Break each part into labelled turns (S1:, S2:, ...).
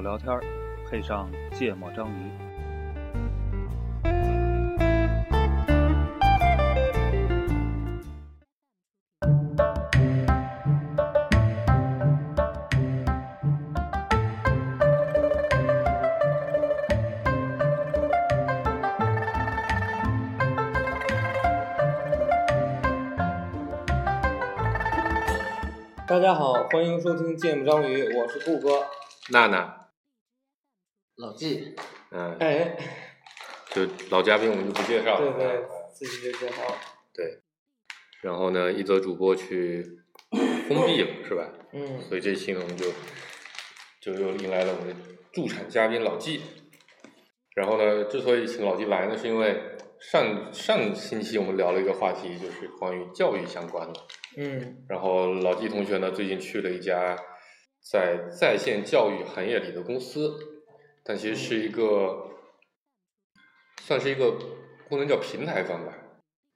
S1: 聊天，配上芥末章鱼。
S2: 大家好，欢迎收听《芥末章鱼》，我是顾哥。
S3: 娜娜，
S4: 老纪，
S3: 嗯，
S2: 哎，
S3: 就老嘉宾我们就不介绍
S2: 对
S3: 了。
S2: 对，自己就介绍了。
S3: 对然后呢，一则主播去封闭了，是吧？
S2: 嗯，
S3: 所以这期呢，我们就就又迎来了我们的驻场嘉宾老纪。然后呢，之所以请老纪来呢，是因为上上星期我们聊了一个话题，就是关于教育相关的。
S2: 嗯，
S3: 然后老纪同学呢，最近去了一家在在线教育行业里的公司，但其实是一个、算是一个不能叫平台方吧，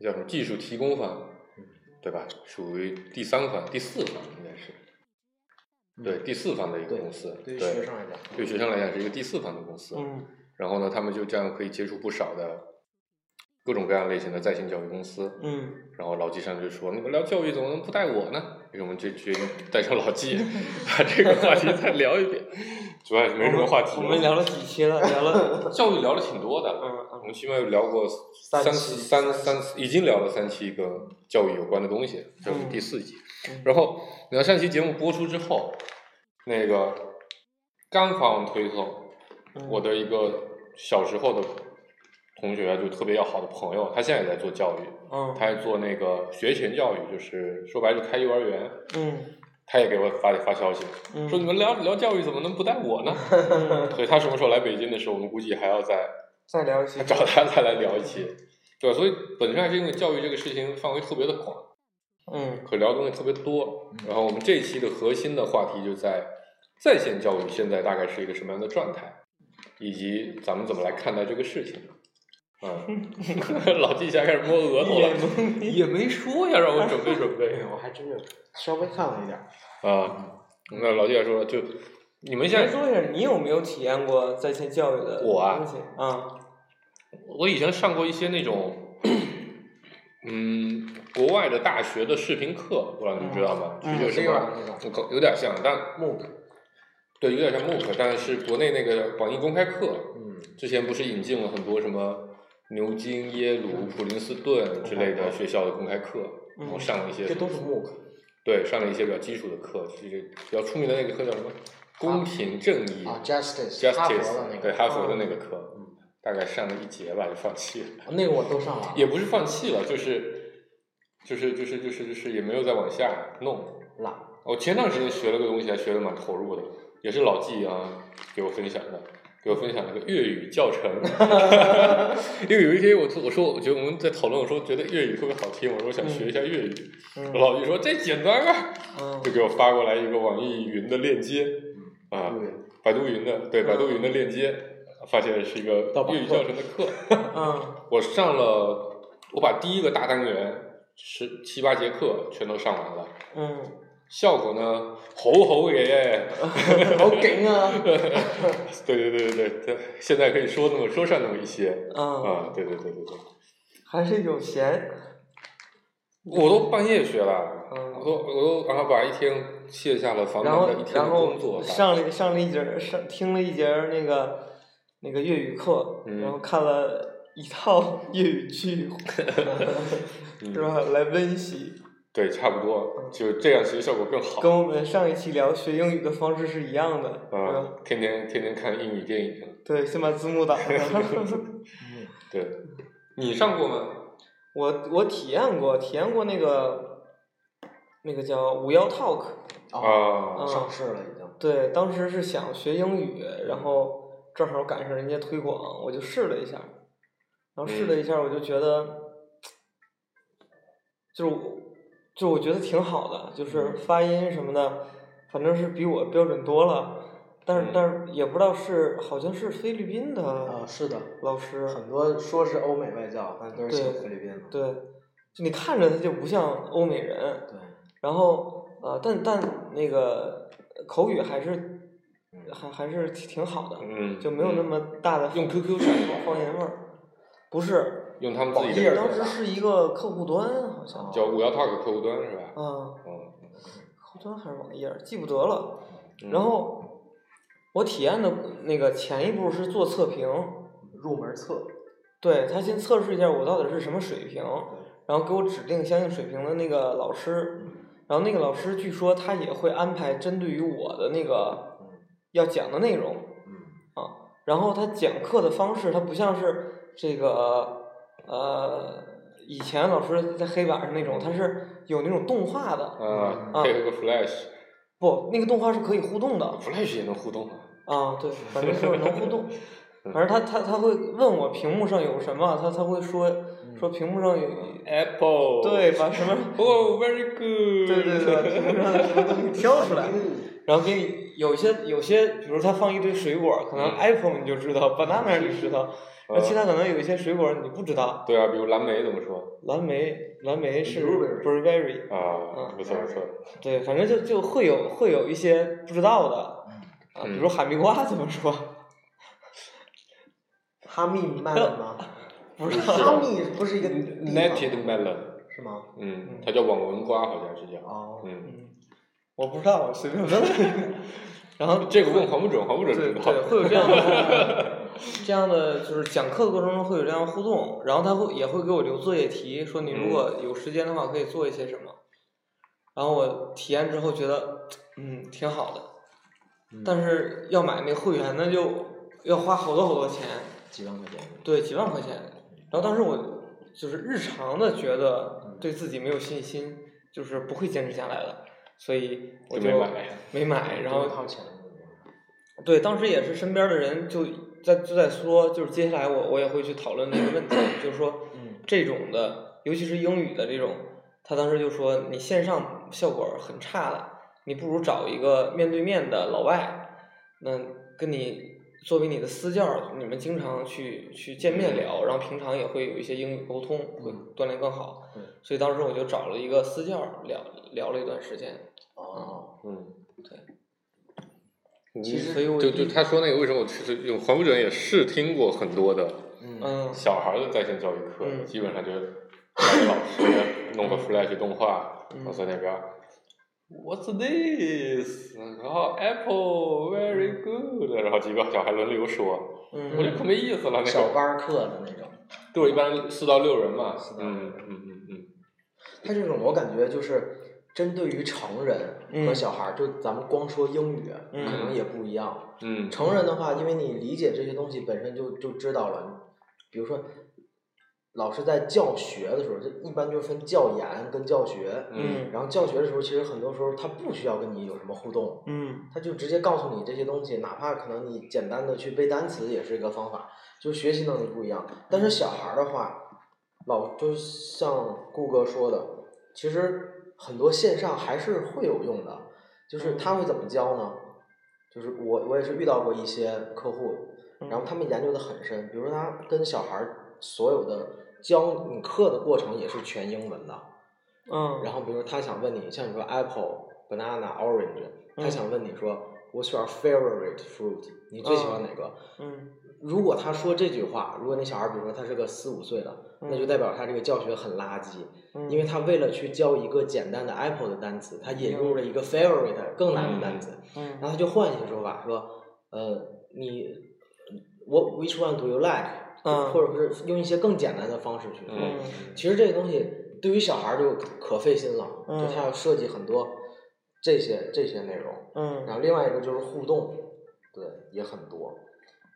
S3: 叫什么技术提供方，对吧？属于第三方、第四方应该是，对第四方的一个
S4: 嗯对
S3: 公司，对
S4: 对于学生来讲，
S3: 对学生来讲是一个第四方的公司。
S2: 嗯，
S3: 然后呢，他们就这样可以接触不少的各种各样类型的在线教育公司。
S2: 嗯，
S3: 然后老纪上去就说：“你们聊教育怎么能不带我呢？”于是我们就决定带上 老纪，把这个话题再聊一遍。主要也没什么话题
S2: 我们聊了几期 了，聊了，
S3: 教育聊的挺多的，
S2: 嗯
S3: 我
S2: 嗯
S3: 们起码有聊过
S2: 三
S3: 三
S2: 期
S3: 三三已经聊了三期跟教育有关的东西，这是第四集。
S2: 嗯
S3: 然后你看上期节目播出之后，那个刚访推送，
S2: 嗯，
S3: 我的一个小时候的同学，啊就特别要好的朋友，他现在也在做教育。
S2: 嗯，
S3: 他还做那个学前教育，就是说白了就开幼儿园，
S2: 嗯
S3: 他也给我发发消息，
S2: 嗯，
S3: 说你们聊聊教育怎么能不带我呢？ 所以他什么时候来北京的时候，我们估计还要再
S2: 再聊一期，
S3: 找他再来聊一期，对吧？所以本身还是因为教育这个事情范围特别的广，
S2: 嗯
S3: 可聊的东西特别多。然后我们这一期的核心的话题就在在线教育现在大概是一个什么样的状态，以及咱们怎么来看待这个事情。嗯， 老季现在开始摸额头了，也没说呀，让我准备准备。
S4: 我还真是稍微看了一点儿，
S3: 啊，那老季也说了，就你们现
S2: 先
S3: 在，
S2: 说一下，你有没有体验过在线教育的
S3: 我啊
S2: 东西？啊，
S3: 我以前上过一些那种，嗯，国外的大学的视频课，不知道你们知道吗？
S2: 嗯
S3: 就
S4: 有
S3: 是
S4: 这
S3: 什
S4: 个
S3: 么，
S4: 那种
S3: 我靠有点像，但
S4: 木，
S3: 对，有点像 MOOC，但是国内那个网易公开课，
S4: 嗯，
S3: 之前不是引进了很多什么牛津、耶鲁、普林斯顿之类的学校的公开课，
S2: 嗯
S3: 然后上了一些
S4: 这都是木，
S3: 对上了一些比较基础的课，就是比较出名的那个课叫什么？公平正义
S4: 啊，Justice，哈佛
S3: Justice，
S4: 的那
S3: 对
S4: 个，
S3: 哈佛的那个课，
S4: 嗯
S3: 大概上了一节吧，就放弃
S2: 啊
S3: 了，
S4: 那个我都上了，
S3: 也不是放弃了，就是就是就是就是就是也没有再往下弄。
S4: 懒，
S3: 我前段时间学了个东西，还学的蛮投入的，也是老季啊给我分享的，给我分享了个粤语教程， 因为有一天我我说我觉得我们在讨论，我说觉得粤语特别好听，我说我想学一下粤语，
S2: 嗯
S3: 我老季说这简单啊，
S2: 嗯
S3: 就给我发过来一个网易云的链接，啊，
S4: 对，
S3: 百度云的，对，
S2: 嗯
S3: 百度云的链接，发现是一个
S4: 盗版
S3: 粤语教程的课。
S2: 嗯
S3: 我上了，我把第一个大单元十七八节课全都上完了，
S2: 嗯，
S3: 效果呢，好好嘅。
S4: 好劲啊，
S3: 对对对对对，现在可以说那么说上那么一些
S2: 嗯，
S3: 啊，对对对对对，
S2: 还是有闲，
S3: 我都半夜学了，
S2: 嗯
S3: 我都我都然后把一天卸下了繁
S2: 然
S3: 忙
S2: 后
S3: 的一天
S2: 然
S3: 的工作
S2: 后
S3: 吧，嗯
S2: 上了上了一节儿上听了一节儿那个那个粤语课，
S3: 嗯
S2: 然后看了一套粤语剧，
S3: 嗯
S2: 是吧？来温习，
S3: 对，差不多，就这样，其实效果更好。
S2: 跟我们上一期聊学英语的方式是一样的，是吧？
S3: 啊，天天天天看英语电影，
S2: 对，先把字幕打上。
S3: 对，你上过吗？
S2: 我我体验过，体验过那个那个叫五幺 Talk，
S4: 啊，
S3: 啊，
S2: 嗯
S4: 上市了已经，
S2: 对，当时是想学英语，然后正好赶上人家推广，我就试了一下，然后试
S4: 嗯
S2: 了一下，我就觉得，就是我，就是我觉得挺好的，就是
S4: 嗯
S2: 发音什么的，反正是比我标准多了，但是
S3: 嗯
S2: 但是也不知道是好像是菲律宾
S4: 啊，
S2: 的
S4: 是的，
S2: 老师，
S4: 很多说是欧美外教，但都是请
S2: 对
S4: 菲律宾的，
S2: 对，就你看着他就不像欧美人，
S4: 对，
S2: 然后呃，但但那个口语还是还还是挺挺好的，
S3: 嗯，
S2: 就没有那么大的
S3: 用 QQ
S2: 闪光方言味儿。不是，
S3: 用他们自己
S4: 网页
S3: 的
S4: 儿
S2: 啊当时是一个客户端，好像
S3: 叫五幺 Talk 客户端是吧？
S2: 啊，
S3: 嗯，
S2: 客户端还是网页儿，记不得了。
S3: 嗯
S2: 然后我体验的那个前一步是做测评，
S4: 入门测，
S2: 对他先测试一下我到底是什么水平，
S4: 对
S2: 然后给我指定相应水平的那个老师，然后那个老师据说他也会安排针对于我的那个要讲的内容
S4: 嗯，
S2: 啊，然后他讲课的方式，他不像是这个呃以前老师在黑板上那种，他是有那种动画的，
S3: 啊，
S2: 啊
S3: 配合个 Flash，Flash
S2: 不，那个动画是可以互动的
S3: 也能互动啊。
S2: 啊，对，反正就是能互动。反正他他他会问我屏幕上有什么，他他会说
S4: 嗯
S2: 说屏幕上有，
S3: Apple，
S2: 对，把什么
S3: 哦，very good，
S2: 对对对，屏幕上的什么东西挑出 来，然后给你有些有些，比如他放一堆水果，可能
S3: 嗯
S2: apple 你就知道，banana 你就知道，那其他可能有一些水果你不知道，
S3: 对啊，比如蓝莓怎么说
S2: 蓝莓蓝莓是
S4: Blueberry
S2: berry，
S3: 啊？
S2: 嗯
S3: 不错不错，
S2: 对，反正就就会有会有一些不知道的，啊，比如
S3: 嗯
S2: 哈密瓜怎么说，
S4: 哈密曼吗？
S2: 不嗯知道，
S4: 哈密不是一个地方
S3: Netted melon，
S4: 是吗？
S3: 嗯
S2: 嗯，
S3: 它叫网纹瓜，好像是叫，
S4: 哦，
S3: 嗯，
S2: 嗯，我不知道，我随便问， 然后
S3: 这个问黄不准，黄不准
S2: 对
S3: 知
S2: 对，
S3: 道，
S2: 会有这样的这样的，就是讲课的过程中会有这样的互动，然后他会也会给我留作业题，说你如
S3: 嗯
S2: 果有时间的话可以做一些什么。然后我体验之后觉得，嗯，挺好的，
S3: 嗯
S2: 但是要买那个会员那就要花好多好多钱，
S4: 几万块钱，
S2: 对，几万块钱。然后当时我就是日常的觉
S3: 嗯
S2: 得对自己没有信心，就是不会坚持下来的，所以我
S3: 就
S2: 就
S3: 没买。
S2: 没买，然
S4: 这
S2: 后
S4: 么掏钱，
S2: 对，当时也是身边的人就在就在说，就是接下来我我也会去讨论这个问题，就是说
S4: 嗯
S2: 这种的，尤其是英语的这种，他当时就说你线上效果很差的，你不如找一个面对面的老外，那跟你作为你的私教，你们经常去去见面聊，然后平常也会有一些英语沟通，会
S4: 嗯
S2: 锻炼更好。
S4: 对
S2: 所以当时我就找了一个私教聊聊了一段时间，
S4: 哦，
S3: 嗯，
S2: 对
S3: 嗯。
S2: 其实所以我
S3: 就
S2: 一
S3: 就他说那个为什么我吃用黄不准也是听过很多的
S4: 嗯
S2: 嗯，
S3: 小孩儿的在线教育课，
S2: 嗯
S3: 基本上就是找个老师弄个 Flash 动画，
S2: 嗯
S3: 然后在那边儿 What's this？然后 Apple very good，然后几个小孩轮流说，
S2: 嗯
S3: 我觉得可没意思了。那
S4: 小
S3: 个
S4: 班儿课的那种。
S3: 对，一般四到六人嘛
S4: 四，到
S3: 嗯
S4: 六人
S3: 嗯嗯嗯，
S4: 他这种我感觉就是针对于成人和
S2: 嗯
S4: 小孩儿，就咱们光说英语，
S2: 嗯
S4: 可能也不一样。
S3: 嗯，
S4: 成人的话，因为你理解这些东西本身就就知道了，比如说。老师在教学的时候，就一般就分教研跟教学。
S2: 嗯
S4: 然后教学的时候，其实很多时候他不需要跟你有什么互动，
S2: 嗯
S4: 他就直接告诉你这些东西，哪怕可能你简单的去背单词也是一个方法，就学习能力不一样。但是小孩儿的话，老就像顾哥说的，其实很多线上还是会有用的，就是他会怎么教呢？就是我我也是遇到过一些客户，
S2: 嗯
S4: 然后他们研究的很深，比如说他跟小孩儿所有的教你课的过程也是全英文的，
S2: 嗯，
S4: 然后比如他想问你，像你说 apple、banana、orange，他
S2: 嗯
S4: 想问你说 What's your favorite fruit？你最喜欢哪个？
S2: 嗯
S4: 如果他说这句话，如果那小孩儿比如说他是个四五岁的，那就
S2: 嗯
S4: 代表他这个教学很垃圾，
S2: 嗯，
S4: 因为他为了去教一个简单的 apple 的单词，他引入了一个 favorite 更难的单词，
S2: 嗯
S4: 然后他就换一些说法，说呃你 What which one do you like？、
S2: 嗯
S4: 或者是用一些更简单的方式去说。
S3: 嗯
S4: 其实这个东西对于小孩儿就可费心了，
S2: 嗯
S4: 就他要设计很多这些这些内容。
S2: 嗯
S4: 然后另外一个就是互动，对，也很多，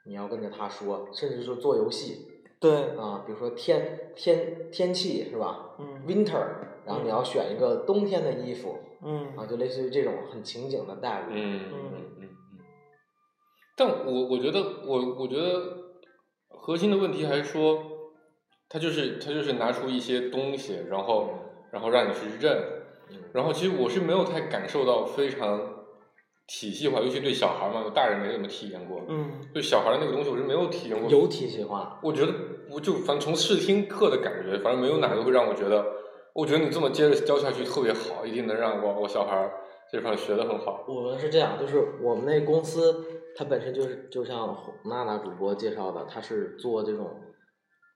S4: 你要跟着他说，甚至说做游戏
S2: 对，
S4: 啊，比如说天天天气是吧
S2: 嗯
S4: ？Winter，然后你要选一个冬天的衣服啊，
S2: 嗯
S4: 就类似于这种很情景的代入。
S3: 嗯嗯嗯。但我我觉得，我我觉得核心的问题还是说，他就是他就是拿出一些东西，然后然后让你去认，
S4: 嗯
S3: 然后其实我是没有太感受到非常体系化，尤其对小孩嘛，我大人没怎么体验过，
S2: 嗯
S3: 对小孩那个东西我是没有体验过。
S4: 有体系化，
S3: 我觉得我就反正从试听课的感觉，反正没有哪个会让我觉得，我觉得你这么接着教下去特别好，一定能让我我小孩儿这块儿学的很好。
S4: 我们是这样，就是我们那公司，它本身就是就像娜娜主播介绍的，它是做这种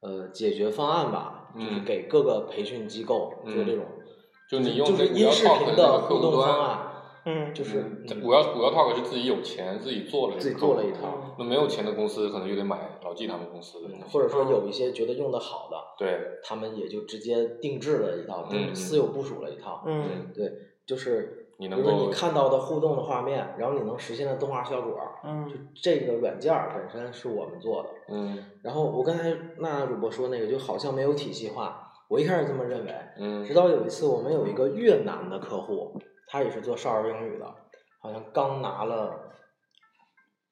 S4: 呃解决方案吧，就是
S3: 嗯
S4: 给各个培训机构做这种，
S3: 就你用
S4: 就
S3: 那
S4: 是
S3: 个
S4: 音视
S3: Talk
S4: 频
S3: 那个
S4: 的
S3: 客
S4: 互
S3: 户
S4: 动
S3: 端
S4: 方，案，
S2: 嗯，
S4: 就是
S3: 嗯我要我要 Talk 是自己有钱自己做了，
S4: 自己做了一套。
S3: 那没有钱的公司可能就得买老纪他们公司的东西，
S4: 嗯或者说有一些觉得用的好的，
S3: 对，
S4: 他们也就直接定制了一套，
S3: 嗯
S4: 定私有部署了一套，
S2: 嗯
S4: 就是
S3: 你
S4: 比
S3: 能
S4: 如
S3: 够
S4: 说你看到的互动的画面，然后你能实现的动画效果，就
S2: 嗯
S4: 这个软件儿本身是我们做的。
S3: 嗯
S4: 然后我刚才娜娜主播说那个就好像没有体系化，我一开始这么认为，直
S3: 嗯
S4: 到有一次我们有一个越南的客户，他也是做少儿英语的，好像刚拿了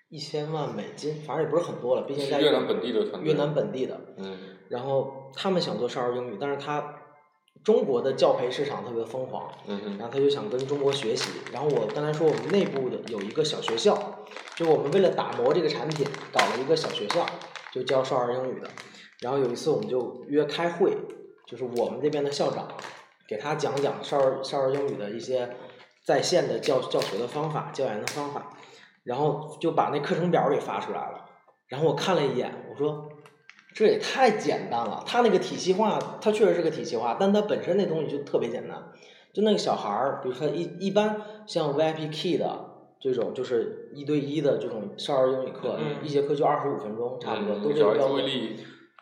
S4: 一千万美金，反正也不是很多了，毕竟
S3: 是
S4: 在
S3: 越南本地的团队
S4: 越南本地的，
S3: 嗯
S4: 然后他们想做少儿英语，但是他中国的教培市场特别疯狂，
S3: 嗯
S4: 然
S3: 哼
S4: 后他就想跟中国学习。然后我刚才说我们内部的有一个小学校，就我们为了打磨这个产品，搞了一个小学校，就教少儿英语的。然后有一次我们就约开会，就是我们这边的校长给他讲讲少儿少儿英语的一些在线的教教学的方法、教研的方法，然后就把那课程表给发出来了。然后我看了一眼，我说。这也太简单了，他那个体系化，它确实是个体系化，但它本身那东西就特别简单。就那个小孩儿，比如说一一般像 VIP Key 的这种，就是一对一的这种少儿英语课，
S2: 嗯
S4: 一节课就二十五分钟，差不多、
S3: 嗯
S4: 都
S3: 你
S4: 是
S3: 只要
S4: 标
S3: 注意
S4: 准。
S3: 力没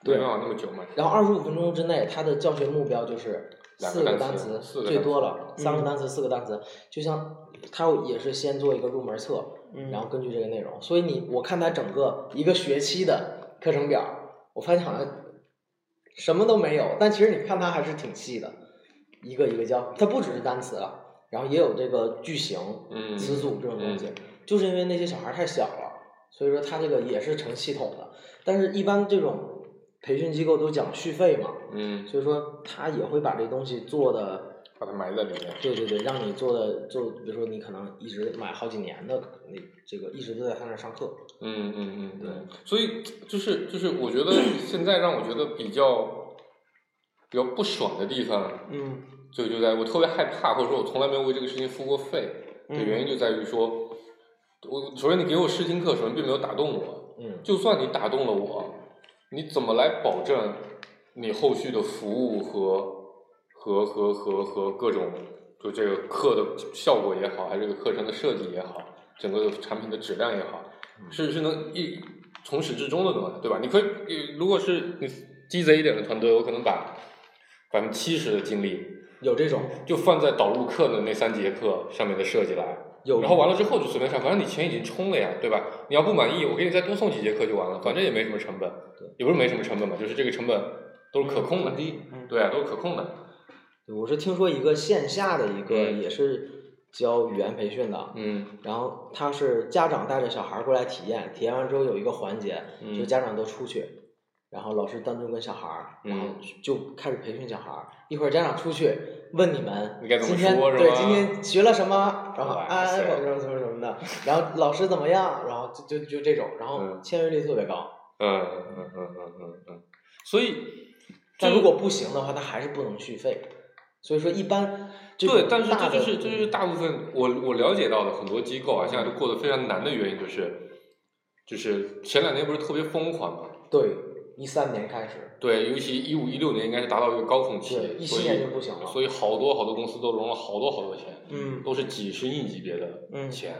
S4: 对
S3: 办法那么久嘛，
S4: 然后二十五分钟之内，他的教学目标就是
S3: 两
S4: 四
S3: 个
S4: 个
S3: 单
S4: 单
S3: 词
S4: 词，
S3: 四个
S4: 最
S3: 单词
S4: 多了三个
S2: 嗯
S4: 单词，四个单词。就像他也是先做一个入门册，
S2: 嗯，
S4: 然后根据这个内容，所以你我看他整个一个学期的课程表，我发现好像什么都没有，但其实你看他还是挺细的，一个一个教，它不只是单词啊，然后也有这个句型、
S3: 嗯
S4: 词组这种东西，就是因为那些小孩儿太小了，所以说他这个也是成系统的，但是一般这种培训机构都讲续费嘛，
S3: 嗯，
S4: 所以说他也会把这东西做的。
S3: 把它埋在里面，
S4: 对对对，让你做的做，比如说你可能一直买好几年的，那这个一直都在他那儿上课。
S3: 嗯嗯嗯
S4: 对
S3: 嗯，所以就是就是我觉得现在让我觉得比较比较不爽的地方，
S2: 嗯
S3: 就就在我特别害怕，或者说我从来没有为这个事情付过费的
S2: 嗯
S3: 原因就在于说，我首先你给我试听课，首先并没有打动我，
S4: 嗯，
S3: 就算你打动了我，你怎么来保证你后续的服务和和和和和各种就这个课的效果也好，还是这个课程的设计也好，整个的产品的质量也好，是是能一从始至终的东西，对吧？你可以，呃如果是你鸡贼一点的团队，我可能把百分之七十的精力
S4: 有这种，
S3: 就放在导入课的那三节课上面的设计来，
S4: 有
S3: 然后完了之后就随便上，反正你钱已经充了呀，对吧？你要不满意，我给你再多送几节课就完了，反正也没什么成本
S4: 对，
S3: 也不是没什么成本嘛，就是这个成本都是可控的，
S2: 嗯
S3: 对啊，都是可控的。
S4: 我是听说一个线下的一个
S3: 嗯
S4: 也是教语言培训的，
S3: 嗯
S4: 然后他是家长带着小孩儿过来体验，体验完之后有一个环节，
S3: 嗯
S4: 就家长都出去。然后老师单独跟小孩儿，然后
S3: 嗯
S4: 就开始培训小孩儿。一会儿家长出去问你们，
S3: 你该怎么
S4: 今天
S3: 说是
S4: 对
S3: 吧
S4: 今天学了什么，然后
S3: 哇
S4: 安安
S3: 塞
S4: 什么什么什么的，然后老师怎么样，然后就就就这种，然后
S3: 嗯
S4: 签约率特别高。
S3: 嗯嗯嗯嗯嗯嗯，所以。
S4: 但如果不行的话，他还是不能续费。所以说一般这
S3: 对，
S4: 种
S3: 但是
S4: 大
S3: 这
S4: 的嗯
S3: 就是这就是大部分我我了解到的很多机构啊，现在都过得非常难的原因就是，就是前两年不是特别疯狂嘛，
S4: 对一三年开始，
S3: 对，尤其一五一六年应该是达到一个高峰期，
S4: 对一
S3: 所
S4: 七
S3: 以
S4: 年就不行了。
S3: 所以好多好多公司都融了好多好多钱，
S2: 嗯
S3: 都是几十亿级别的
S2: 嗯
S3: 钱。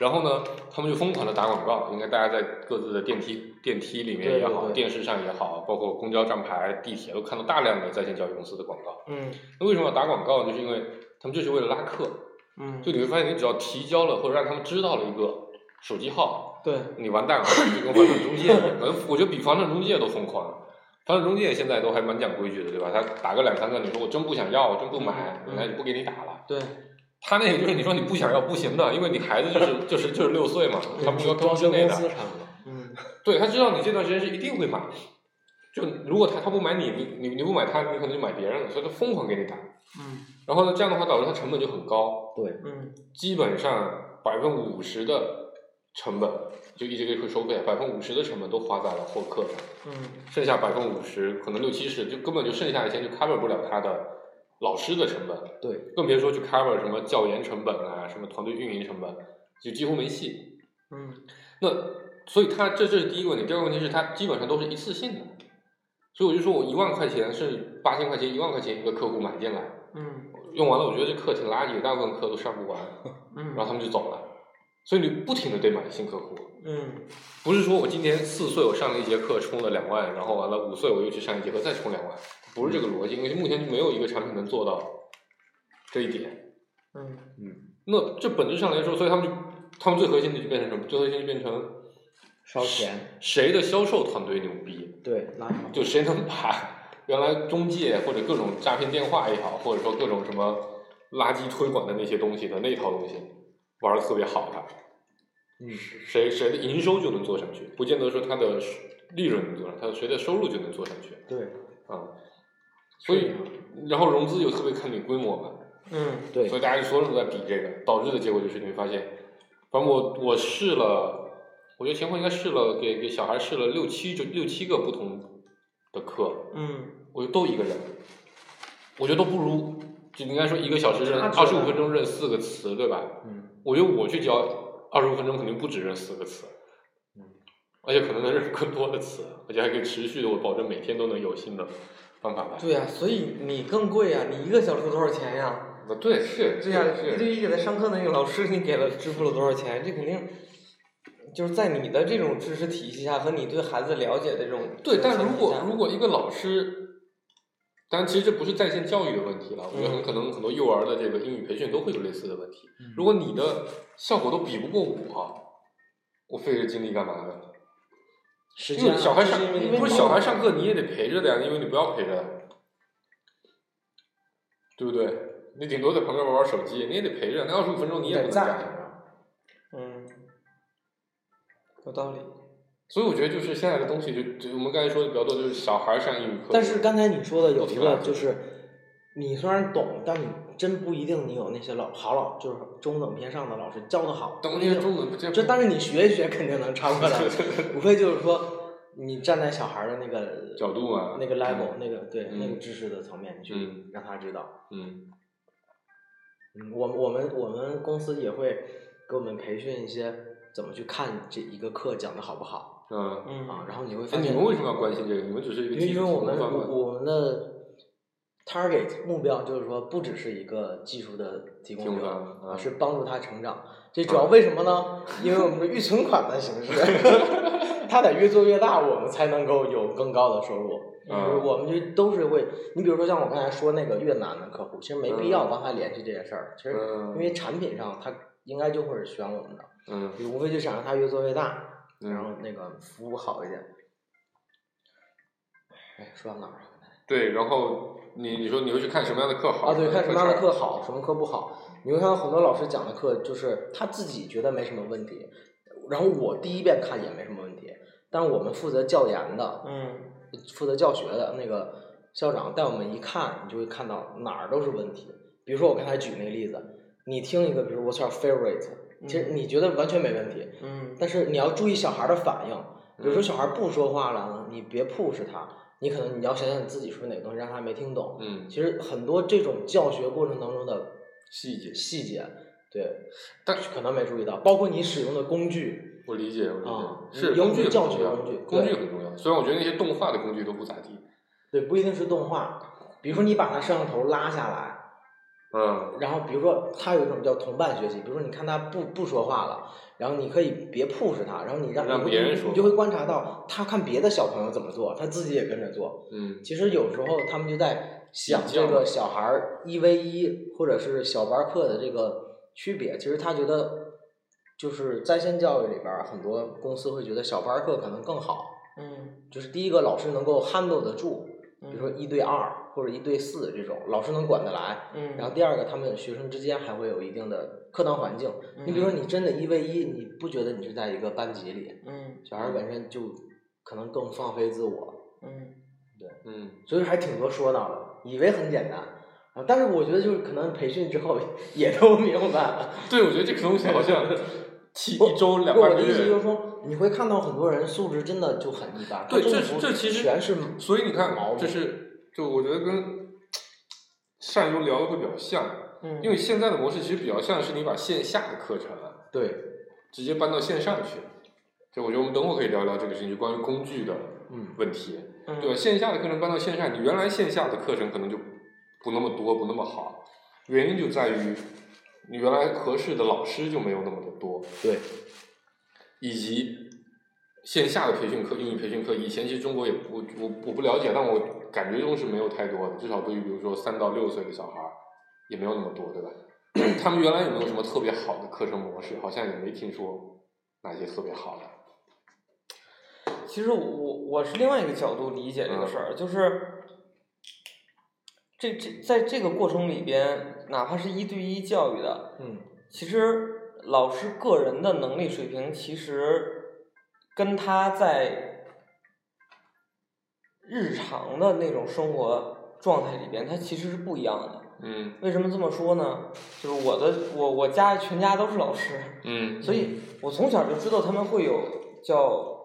S3: 然后呢，他们就疯狂的打广告，应该大家在各自的电梯、电梯里面
S4: 对
S3: 也好，
S4: 对对
S3: 电视上也好，包括公交站牌、地铁，都看到大量的在线教育公司的广告。
S2: 嗯
S3: 那为什么要打广告？就是因为他们就是为了拉客。
S2: 嗯，
S3: 就你会发现，你只要提交了或者让他们知道了一个手机号，
S2: 对，
S3: 你完蛋了，就跟房产中介 一样。反正我觉得比房产中介都疯狂。房产中介现在都还蛮讲规矩的，对吧？他打个两三个，你说我真不想要，我真不买，
S2: 嗯
S3: 人家就不给你打了。
S2: 对，
S3: 他那个就是你说你不想要不行的，因为你孩子就是 就是就是六岁嘛，他们
S4: 对
S3: 说
S4: 装
S3: 刚之
S4: 修
S3: 内
S4: 公司
S3: 的，
S4: 产品，
S2: 嗯
S3: 对他知道你这段时间是一定会买。就如果他他不买你，你你你不买他，你可能就买别人了，所以他疯狂给你打。
S2: 嗯
S3: 然后呢，这样的话导致他成本就很高，
S4: 对
S2: 嗯
S3: 基本上百分之五十的成本就一节课收费，百分之五十的成本都花在了获客上。
S2: 嗯
S3: 剩下百分之五十，可能六七十，就根本就剩下的钱就 cover 不了他的老师的成本，
S4: 对，
S3: 更别说去 cover 什么教研成本啊，什么团队运营成本，就几乎没戏。
S2: 嗯，
S3: 那所以它这这是第一个问题，第二个问题是它基本上都是一次性的，所以我就说我一万块钱甚至八千块钱、一万块钱一个客户买进来，
S2: 嗯
S3: 用完了我觉得这课挺垃圾，有大部分课都上不完，
S2: 嗯，
S3: 然后他们就走了。所以你不停的得买新客户，
S2: 嗯
S3: 不是说我今年四岁我上了一节课充了两万，然后完了五岁我又去上一节课再充两万，不是这个逻辑，因为目前就没有一个产品能做到这一点。
S2: 嗯
S3: 那这本质上来说，所以他们就他们最核心的就变成什么？最核心就变成
S4: 烧钱，
S3: 谁的销售团队牛逼，
S4: 对，拉票，
S3: 就谁能把原来中介或者各种诈骗电话也好，或者说各种什么垃圾推广的那些东西的那套东西玩的特别好的，
S4: 嗯，
S3: 谁谁的营收就能做上去，不见得说他的利润能做上，他的谁的收入就能做上去
S4: 对，
S3: 啊、所以，
S4: 啊
S3: 然后融资又特别看你规模嘛，
S2: 嗯
S4: 对
S3: 所，以大家所有人都在比这个，导致的结果就是你会发现，反正我我试了，我觉得前后应该试了，给给小孩试了六七就六七个不同的课，
S2: 嗯
S3: 我就都一个人，我觉得都不如，就应该说一个小时认
S4: 差
S3: 二十
S4: 距大
S3: 五分钟认四个词，对吧？
S4: 嗯，
S3: 我觉得我去教二十五分钟肯定不止认四个词
S4: 嗯，
S3: 而且可能能认更多的词，而且还可以持续的，我保证每天都能有新的方法来。
S2: 对呀、所以你更贵呀、你一个小时多少钱呀、
S3: 那对是
S2: 对呀、
S3: 是
S2: 一对一给他上课那个老师，你给了支付了多少钱？这肯定就是在你的这种知识体系下和你对孩子了解的这种
S3: 对，但如
S2: 前提
S3: 果
S2: 下
S3: 如果一个老师，当然其实这不是在线教育的问题了，我觉得很可能很多幼儿的这个英语培训都会有类似的问题。如果你的效果都比不过我，我费这精力干嘛呢？
S4: 时
S3: 因为
S4: 间啊
S2: 嗯
S3: 小孩
S4: 就
S3: 上
S4: 是因为你
S3: 不是
S4: 忙
S3: 小孩上课你也得陪着的呀，因为你不要陪着，对不对？你顶多在旁边玩玩手机，你也得陪着，那二十五分钟你也不
S4: 得
S3: 能
S4: 在
S3: 干什么。
S2: 嗯有道理。
S3: 所以我觉得就是现在的东西就，就我们刚才说的比较多，就是小孩上英语课。
S4: 但是刚才你说的有一
S3: 挺好
S4: 个
S3: 的
S4: 就是，你虽然懂，但你真不一定你有那些老好老就是中等偏上的老师教的好。
S3: 等那些中文不见
S4: 这但是你学一学肯定能超过来，无非就是说你站在小孩儿的那个
S3: 角度啊嘛
S4: 那个 level 那个对、
S3: 嗯
S4: 那个知识的层面去
S3: 嗯
S4: 让他知道。
S3: 嗯
S4: 嗯，我我们我们公司也会给我们培训一些怎么去看这一个课讲的好不好
S3: 嗯。
S4: 啊，
S2: 嗯
S4: 然后你会
S3: 那
S4: 发
S3: 你
S4: 现
S3: 们为什么要关心这个？你们只是一个
S4: 因为
S3: 技
S4: 因为
S3: 术
S4: 我
S3: 评
S4: 们
S3: 方嘛。
S4: 我我们的 target 目标就是说，不只是一个技术的提
S3: 提
S4: 供
S3: 供嗯
S4: 者，
S3: 者
S4: 啊
S3: 啊
S4: 是帮助他成长。这主要为什么呢？因为我们是预存款的形式， 他得越做越大，我们才能够有更高的收入。
S3: 嗯
S4: 就是我们就都是会，你比如说像我刚才说那个越南的客户，其实没必要帮他联系这些事儿，其实
S3: 嗯
S4: 因为产品上他应该就会选我们的，
S3: 嗯
S4: 无非就想让他越做越大，
S3: 嗯
S4: 然后那个服务好一点。哎，说到哪儿了？
S3: 对，然后你你说你会去看什么样的课好
S4: 啊，对，看什么样的课
S3: 课
S4: 好，什么课不好。你会看到很多老师讲的课，就是他自己觉得没什么问题，然后我第一遍看也没什么问题，但是我们负责教研的，
S2: 嗯
S4: 负责教学的那个校长带我们一看，你就会看到哪儿都是问题。比如说我刚才举那个例子，你听一个，比如 What's your favorite，其实
S2: 嗯
S4: 你觉得完全没问题，
S2: 嗯
S4: 但是你要注意小孩儿的反应，
S3: 嗯
S4: 比如说小孩儿不说话了，你别 push 他，你可能你要想想你自己说哪个东西让他没听懂。
S3: 嗯
S4: 其实很多这种教学过程当中的
S3: 细节，
S4: 细节，对，
S3: 但
S4: 可能没注意到，包括你使用的工具，
S3: 我理解我理解、
S4: 啊
S3: 是
S4: 工
S3: 工
S4: 具
S3: 具很
S4: 教
S3: 重
S4: 学
S3: 要
S4: 工具
S3: 工具
S4: 对
S3: 很重要。虽然我觉得那些动画的工具都不咋地。
S4: 对，不一定是动画。比如说你把他摄像头拉下来，
S3: 嗯
S4: 然后比如说他有一种叫同伴学习，比如说你看他不不说话了，然后你可以别 push 他，然后你让
S3: 让
S4: 你会
S3: 别人说
S4: 你就会观察到他看别的小朋友怎么做，他自己也跟着做。
S3: 嗯
S4: 其实有时候他们就在想
S3: 比
S4: 这
S3: 较
S4: 个小孩儿一 v 一或者是小班课的这个区别。其实他觉得，就是在线教育里边儿，很多公司会觉得小班课可能更好。
S2: 嗯
S4: 就是第一个，老师能够 handle 得住，比
S2: 嗯，
S4: 如说一对二或者一对四这种，老师能管得来。
S2: 嗯，
S4: 然后第二个，他们学生之间还会有一定的课堂环境。你比如说，
S3: 嗯
S4: 你真的一 v 一，你不觉得你是在一个班级里，
S2: 嗯
S4: 小孩儿本身就可能更放飞自我。
S2: 嗯
S3: 嗯，
S4: 所以还挺多说道的，以为很简单啊，但是我觉得就是可能培训之后 也都明白了。
S3: 对，我觉得这个东西好像七
S4: 不
S3: 一周两
S4: 不
S3: 半
S4: 我
S3: 个
S4: 的意思就是
S3: 月。
S4: 说，你会看到很多人素质真的就很一般，
S3: 对，
S4: 他真
S3: 这
S4: 的
S3: 是
S4: 不
S3: 这其实
S4: 全是
S3: 所以你看
S4: 毛，病
S3: 这是就我觉得跟上一周聊的会比较像，
S2: 嗯，
S3: 因为现在的模式其实比较像是你把线下的课程啊
S4: 对，
S3: 直接搬到线上去。这我觉得我们等会儿可以聊聊这个事情，就关于工具的
S4: 嗯，
S3: 问题，
S2: 嗯
S3: 对吧？线下的课程搬到线上，你原来线下的课程可能就不那么多，不那么好，原因就在于你原来合适的老师就没有那么的多。
S4: 对，
S3: 以及线下的培训课、英语培训课，以前其实中国也不我我不了解，但我感觉中是没有太多的，至少对于比如说三到六岁的小孩儿也没有那么多，对吧？他们原来有没有什么特别好的课程模式？好像也没听说哪些特别好的。
S2: 其实我我是另外一个角度理解这个事
S4: 嗯
S2: 儿，就是这这在这个过程里边，哪怕是一对一教育的，
S4: 嗯，
S2: 其实老师个人的能力水平，其实跟他在日常的那种生活状态里边，他其实是不一样的。
S3: 嗯
S2: 为什么这么说呢？就是我的我我家全家都是老师，
S3: 嗯
S2: 所以我从小就知道他们会有叫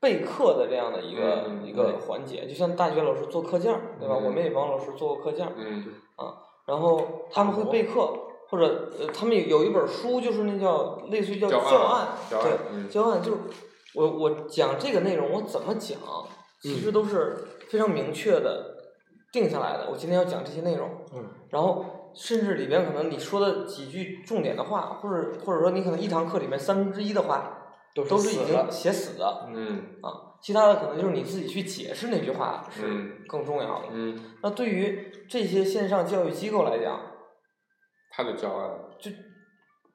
S2: 备课的这样的一个、
S3: 嗯
S2: 一个环节，就像大学老师做课件儿，对吧？
S3: 嗯
S2: 我们也帮老师做过课件儿，
S3: 嗯
S2: 然后他们会备课，或者呃，他们有有一本书，就是那叫类似于叫
S3: 教
S2: 教
S3: 案教案嗯
S2: 对，教案就是我我讲这个内容我怎么讲，其
S3: 嗯
S2: 实都是非常明确的定下来的。我今天要讲这些内容，
S4: 嗯，
S2: 然后甚至里边可能你说的几句重点的话，或者或者说你可能一堂课里面三分之一的话
S4: 都
S2: 都是
S4: 死
S2: 已经
S4: 了
S2: 写死的
S3: 嗯
S2: 啊，其他的可能就是你自己去解释那句话是
S3: 嗯
S2: 更重要的。
S3: 嗯，
S2: 那对于这些线上教育机构来讲，
S3: 他的教案，
S2: 就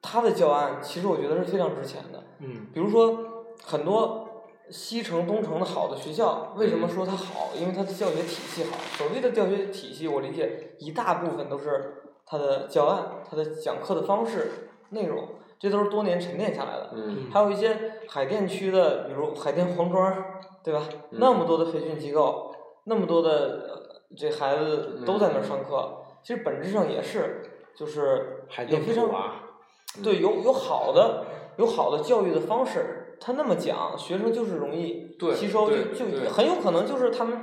S2: 他的教案，其实我觉得是非常值钱的。
S4: 嗯
S2: 比如说，很多西城、东城的好的学校，为
S4: 嗯
S2: 什么说它好？因为它的教学体系好。所谓的教学体系，我理解一大部分都是它的教案、它的讲课的方式、内容，这都是多年沉淀下来的。
S3: 嗯
S2: 还有一些海淀区的，比如海淀黄庄儿，对吧？
S3: 嗯
S2: 那么多的培训机构，那么多的呃这孩子都在那儿上课，其实本质上也是，就是
S4: 嗯海
S2: 也
S4: 淀
S2: 非
S4: 普
S2: 常
S4: 啊，
S3: 嗯
S2: 对有有好的有好的教育的方式，他那么讲，学生就是容易
S3: 对
S2: 吸收，
S3: 对
S2: 就
S3: 对
S2: 就很有可能就是他们。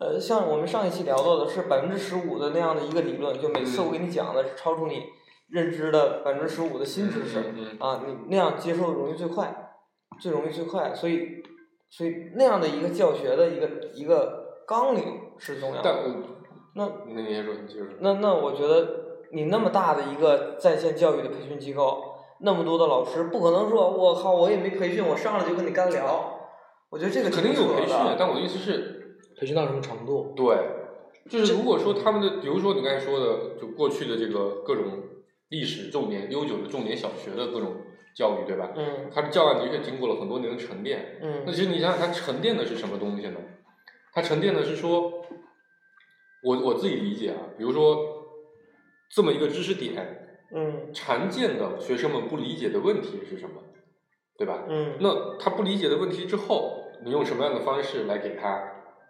S2: 呃，像我们上一期聊到的是百分之十五的那样的一个理论，就每次
S3: 嗯
S2: 我给你讲的是超出你认知的百分之十五的新知识，
S3: 嗯
S2: 啊，你那样接受容易最快，最容易最快，所以所以那样的一个教学的一个一个纲领是重要
S3: 但
S2: 的。
S3: 我
S2: 那
S3: 那你先说，你接着说。
S2: 那那我觉得你那么大的一个在线教育的培训机构，那么多的老师，不可能说我靠我也没培训，我上来就跟你干聊。我觉得这个
S3: 肯定
S2: 挺
S3: 有
S2: 扯
S3: 培训
S2: 的，
S3: 但我的意思是，
S4: 培训到什么程度？
S3: 对，就是如果说他们的，比如说你刚才说的，就过去的这个各种历史重点、悠久的重点小学的各种教育，对吧？
S2: 嗯
S3: 它的教案的确经过了很多年的沉淀。那
S2: 嗯
S3: 其实你想想，它沉淀的是什么东西呢？它沉淀的是说，我我自己理解啊，比如说这么一个知识点，
S2: 嗯
S3: 常见的学生们不理解的问题是什么，对吧？
S2: 嗯
S3: 那他不理解的问题之后，你用什么样的方式来给他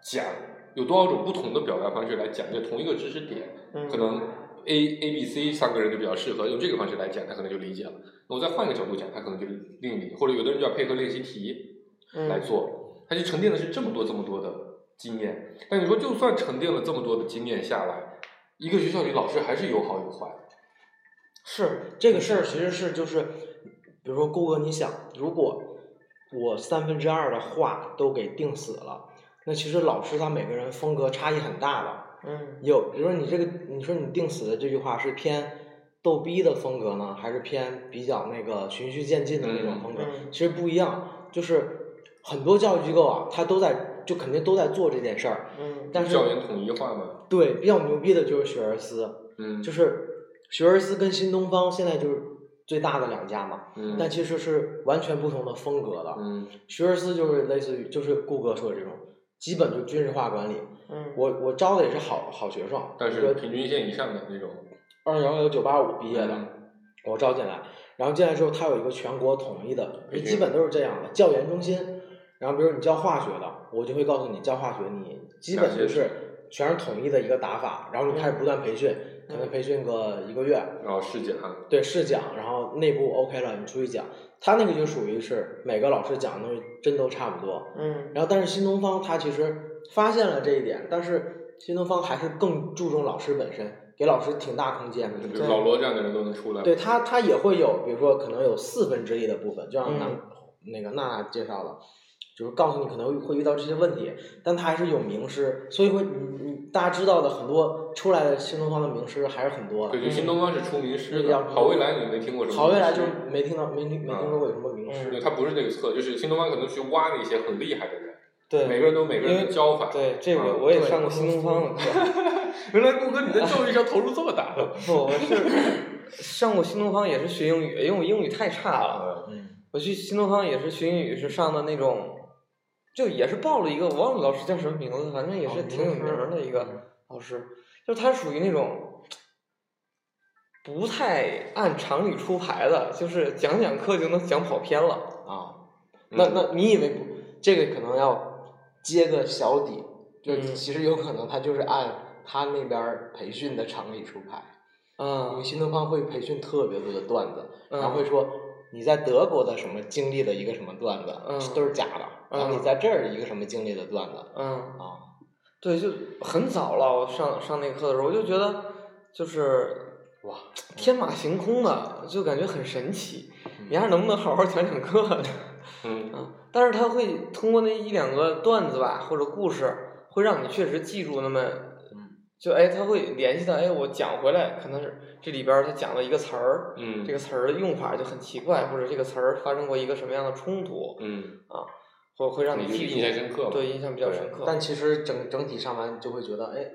S3: 讲？有多少种不同的表达方式来讲这同一个知识点？
S2: 嗯，
S3: 可能 A A B C 三个人就比较适合用这个方式来讲，他可能就理解了。那我再换一个角度讲，他可能就另理。或者有的人就要配合练习题
S2: 嗯
S3: 来做，他就沉淀的是这么多这么多的经验。但你说就算沉淀了这么多的经验下来，一个学校里老师还是有好有坏。
S2: 是
S4: 这个事儿其实是就是，比如说顾哥，你想，如果我三分之二的话都给定死了，那其实老师他每个人风格差异很大的。
S2: 嗯
S4: 有，比如说你这个，你说你定死的这句话是偏逗逼的风格呢，还是偏比较那个循序渐进的那种风格？
S2: 嗯
S4: 其实不一样，就是很多教育机构啊，它都在就肯定都在做这件事儿，
S2: 嗯
S4: 但是
S3: 教研统一化嘛，
S4: 对比较牛逼的就是学而思，
S3: 嗯，
S4: 就是是学而思跟新东方现在就是最大的两家嘛，
S3: 嗯，
S4: 但其实是完全不同的风格的。
S3: 嗯
S4: 学而思就是类似于就是顾哥说的这种，基本就军事化管理。
S2: 嗯
S4: 我我招的也是好好学生，
S3: 但
S4: 比如
S3: 是
S4: 说
S3: 平均线以上的那种，
S4: 二幺幺九八五毕业的，
S3: 嗯
S4: 我招进来，然后进来之后，它有一个全国统一的，
S3: 培训
S4: 基本都是这样的教研中心。然后比如你教化学的，我就会告诉你教化学，你基本就
S3: 哪些
S4: 是全是统一的一个打法，然后你开始不断培训，
S3: 嗯
S4: 可能培训个一个月，
S3: 然后试讲，
S4: 对试讲，然后内部 OK 了，你出去讲。他那个就属于是每个老师讲的东西真都差不多，
S2: 嗯
S4: 然后，但是新东方它其实发现了这一点，但是新东方还是更注重老师本身，给老师挺大空间的。你
S3: 比
S4: 这
S3: 如老罗这样的人都能出来，
S4: 对他，他也会有，比如说可能有四分之一的部分，就像咱
S2: 嗯
S4: 那个娜娜介绍了，就是告诉你可能会遇到这些问题，但他还是有名师，所以会你你大家知道的很多出来的新东方的名师还是很多的
S3: 对，。就新东方是出名师
S4: 嗯要
S3: 的，好未来你没听过什么？
S4: 好未来就没听到没听没
S3: 啊
S4: 听说过有什么名师，
S3: 对，他不是那个测，就是新东方可能去挖那些很厉害的人，
S2: 对
S3: 每个人都有每个人的教法。
S2: 对，这
S3: 啊
S2: 个我也
S4: 对
S2: 上过新东方的 课，
S3: 原来顾哥你在教育上投入这么大，
S2: 不，我是上过新东方也是学英语，因为我英语太差了。
S3: 啊
S4: 嗯，
S2: 我去新东方也是学英语，是上的那种，就也是报了一个，我忘了老师叫什么名字，反正也是挺有名儿的一
S4: 嗯
S2: 个老师，就是他属于那种不太按常理出牌的，就是讲讲课就能讲跑偏了。
S4: 啊，那那你以为不？这个可能要接个小底，就
S2: 嗯
S4: 其实有可能他就是按他那边儿培训的常理出牌，因
S2: 啊
S4: 为，新东方会培训特别多的段子，
S2: 嗯
S4: 然后会说你在德国的什么经历的一个什么段子，
S2: 嗯
S4: 都是假的，然后你
S2: 嗯
S4: 在这儿一个什么经历的段子
S2: 嗯，
S4: 啊，
S2: 对，就很早了，我上上那个课的时候，我就觉得就是
S4: 哇，
S2: 天马行空的，就感觉很神奇。你
S4: 嗯
S2: 还能不能好好讲讲课？
S3: 嗯，
S2: 啊，但是他会通过那一两个段子吧，或者故事，会让你确实记住那么
S4: 嗯，
S2: 就哎，他会联系到哎，我讲回来，可能是这里边儿他讲了一个词儿，
S3: 嗯，
S2: 这个词儿用法就很奇怪，或者这个词儿发生过一个什么样的冲突，
S3: 嗯，
S2: 或会让
S3: 你
S2: 你
S3: 就
S2: 记住，
S3: 印象深刻嘛
S2: 对，印象比较深刻。
S4: 但其实整整体上完就会觉得，哎，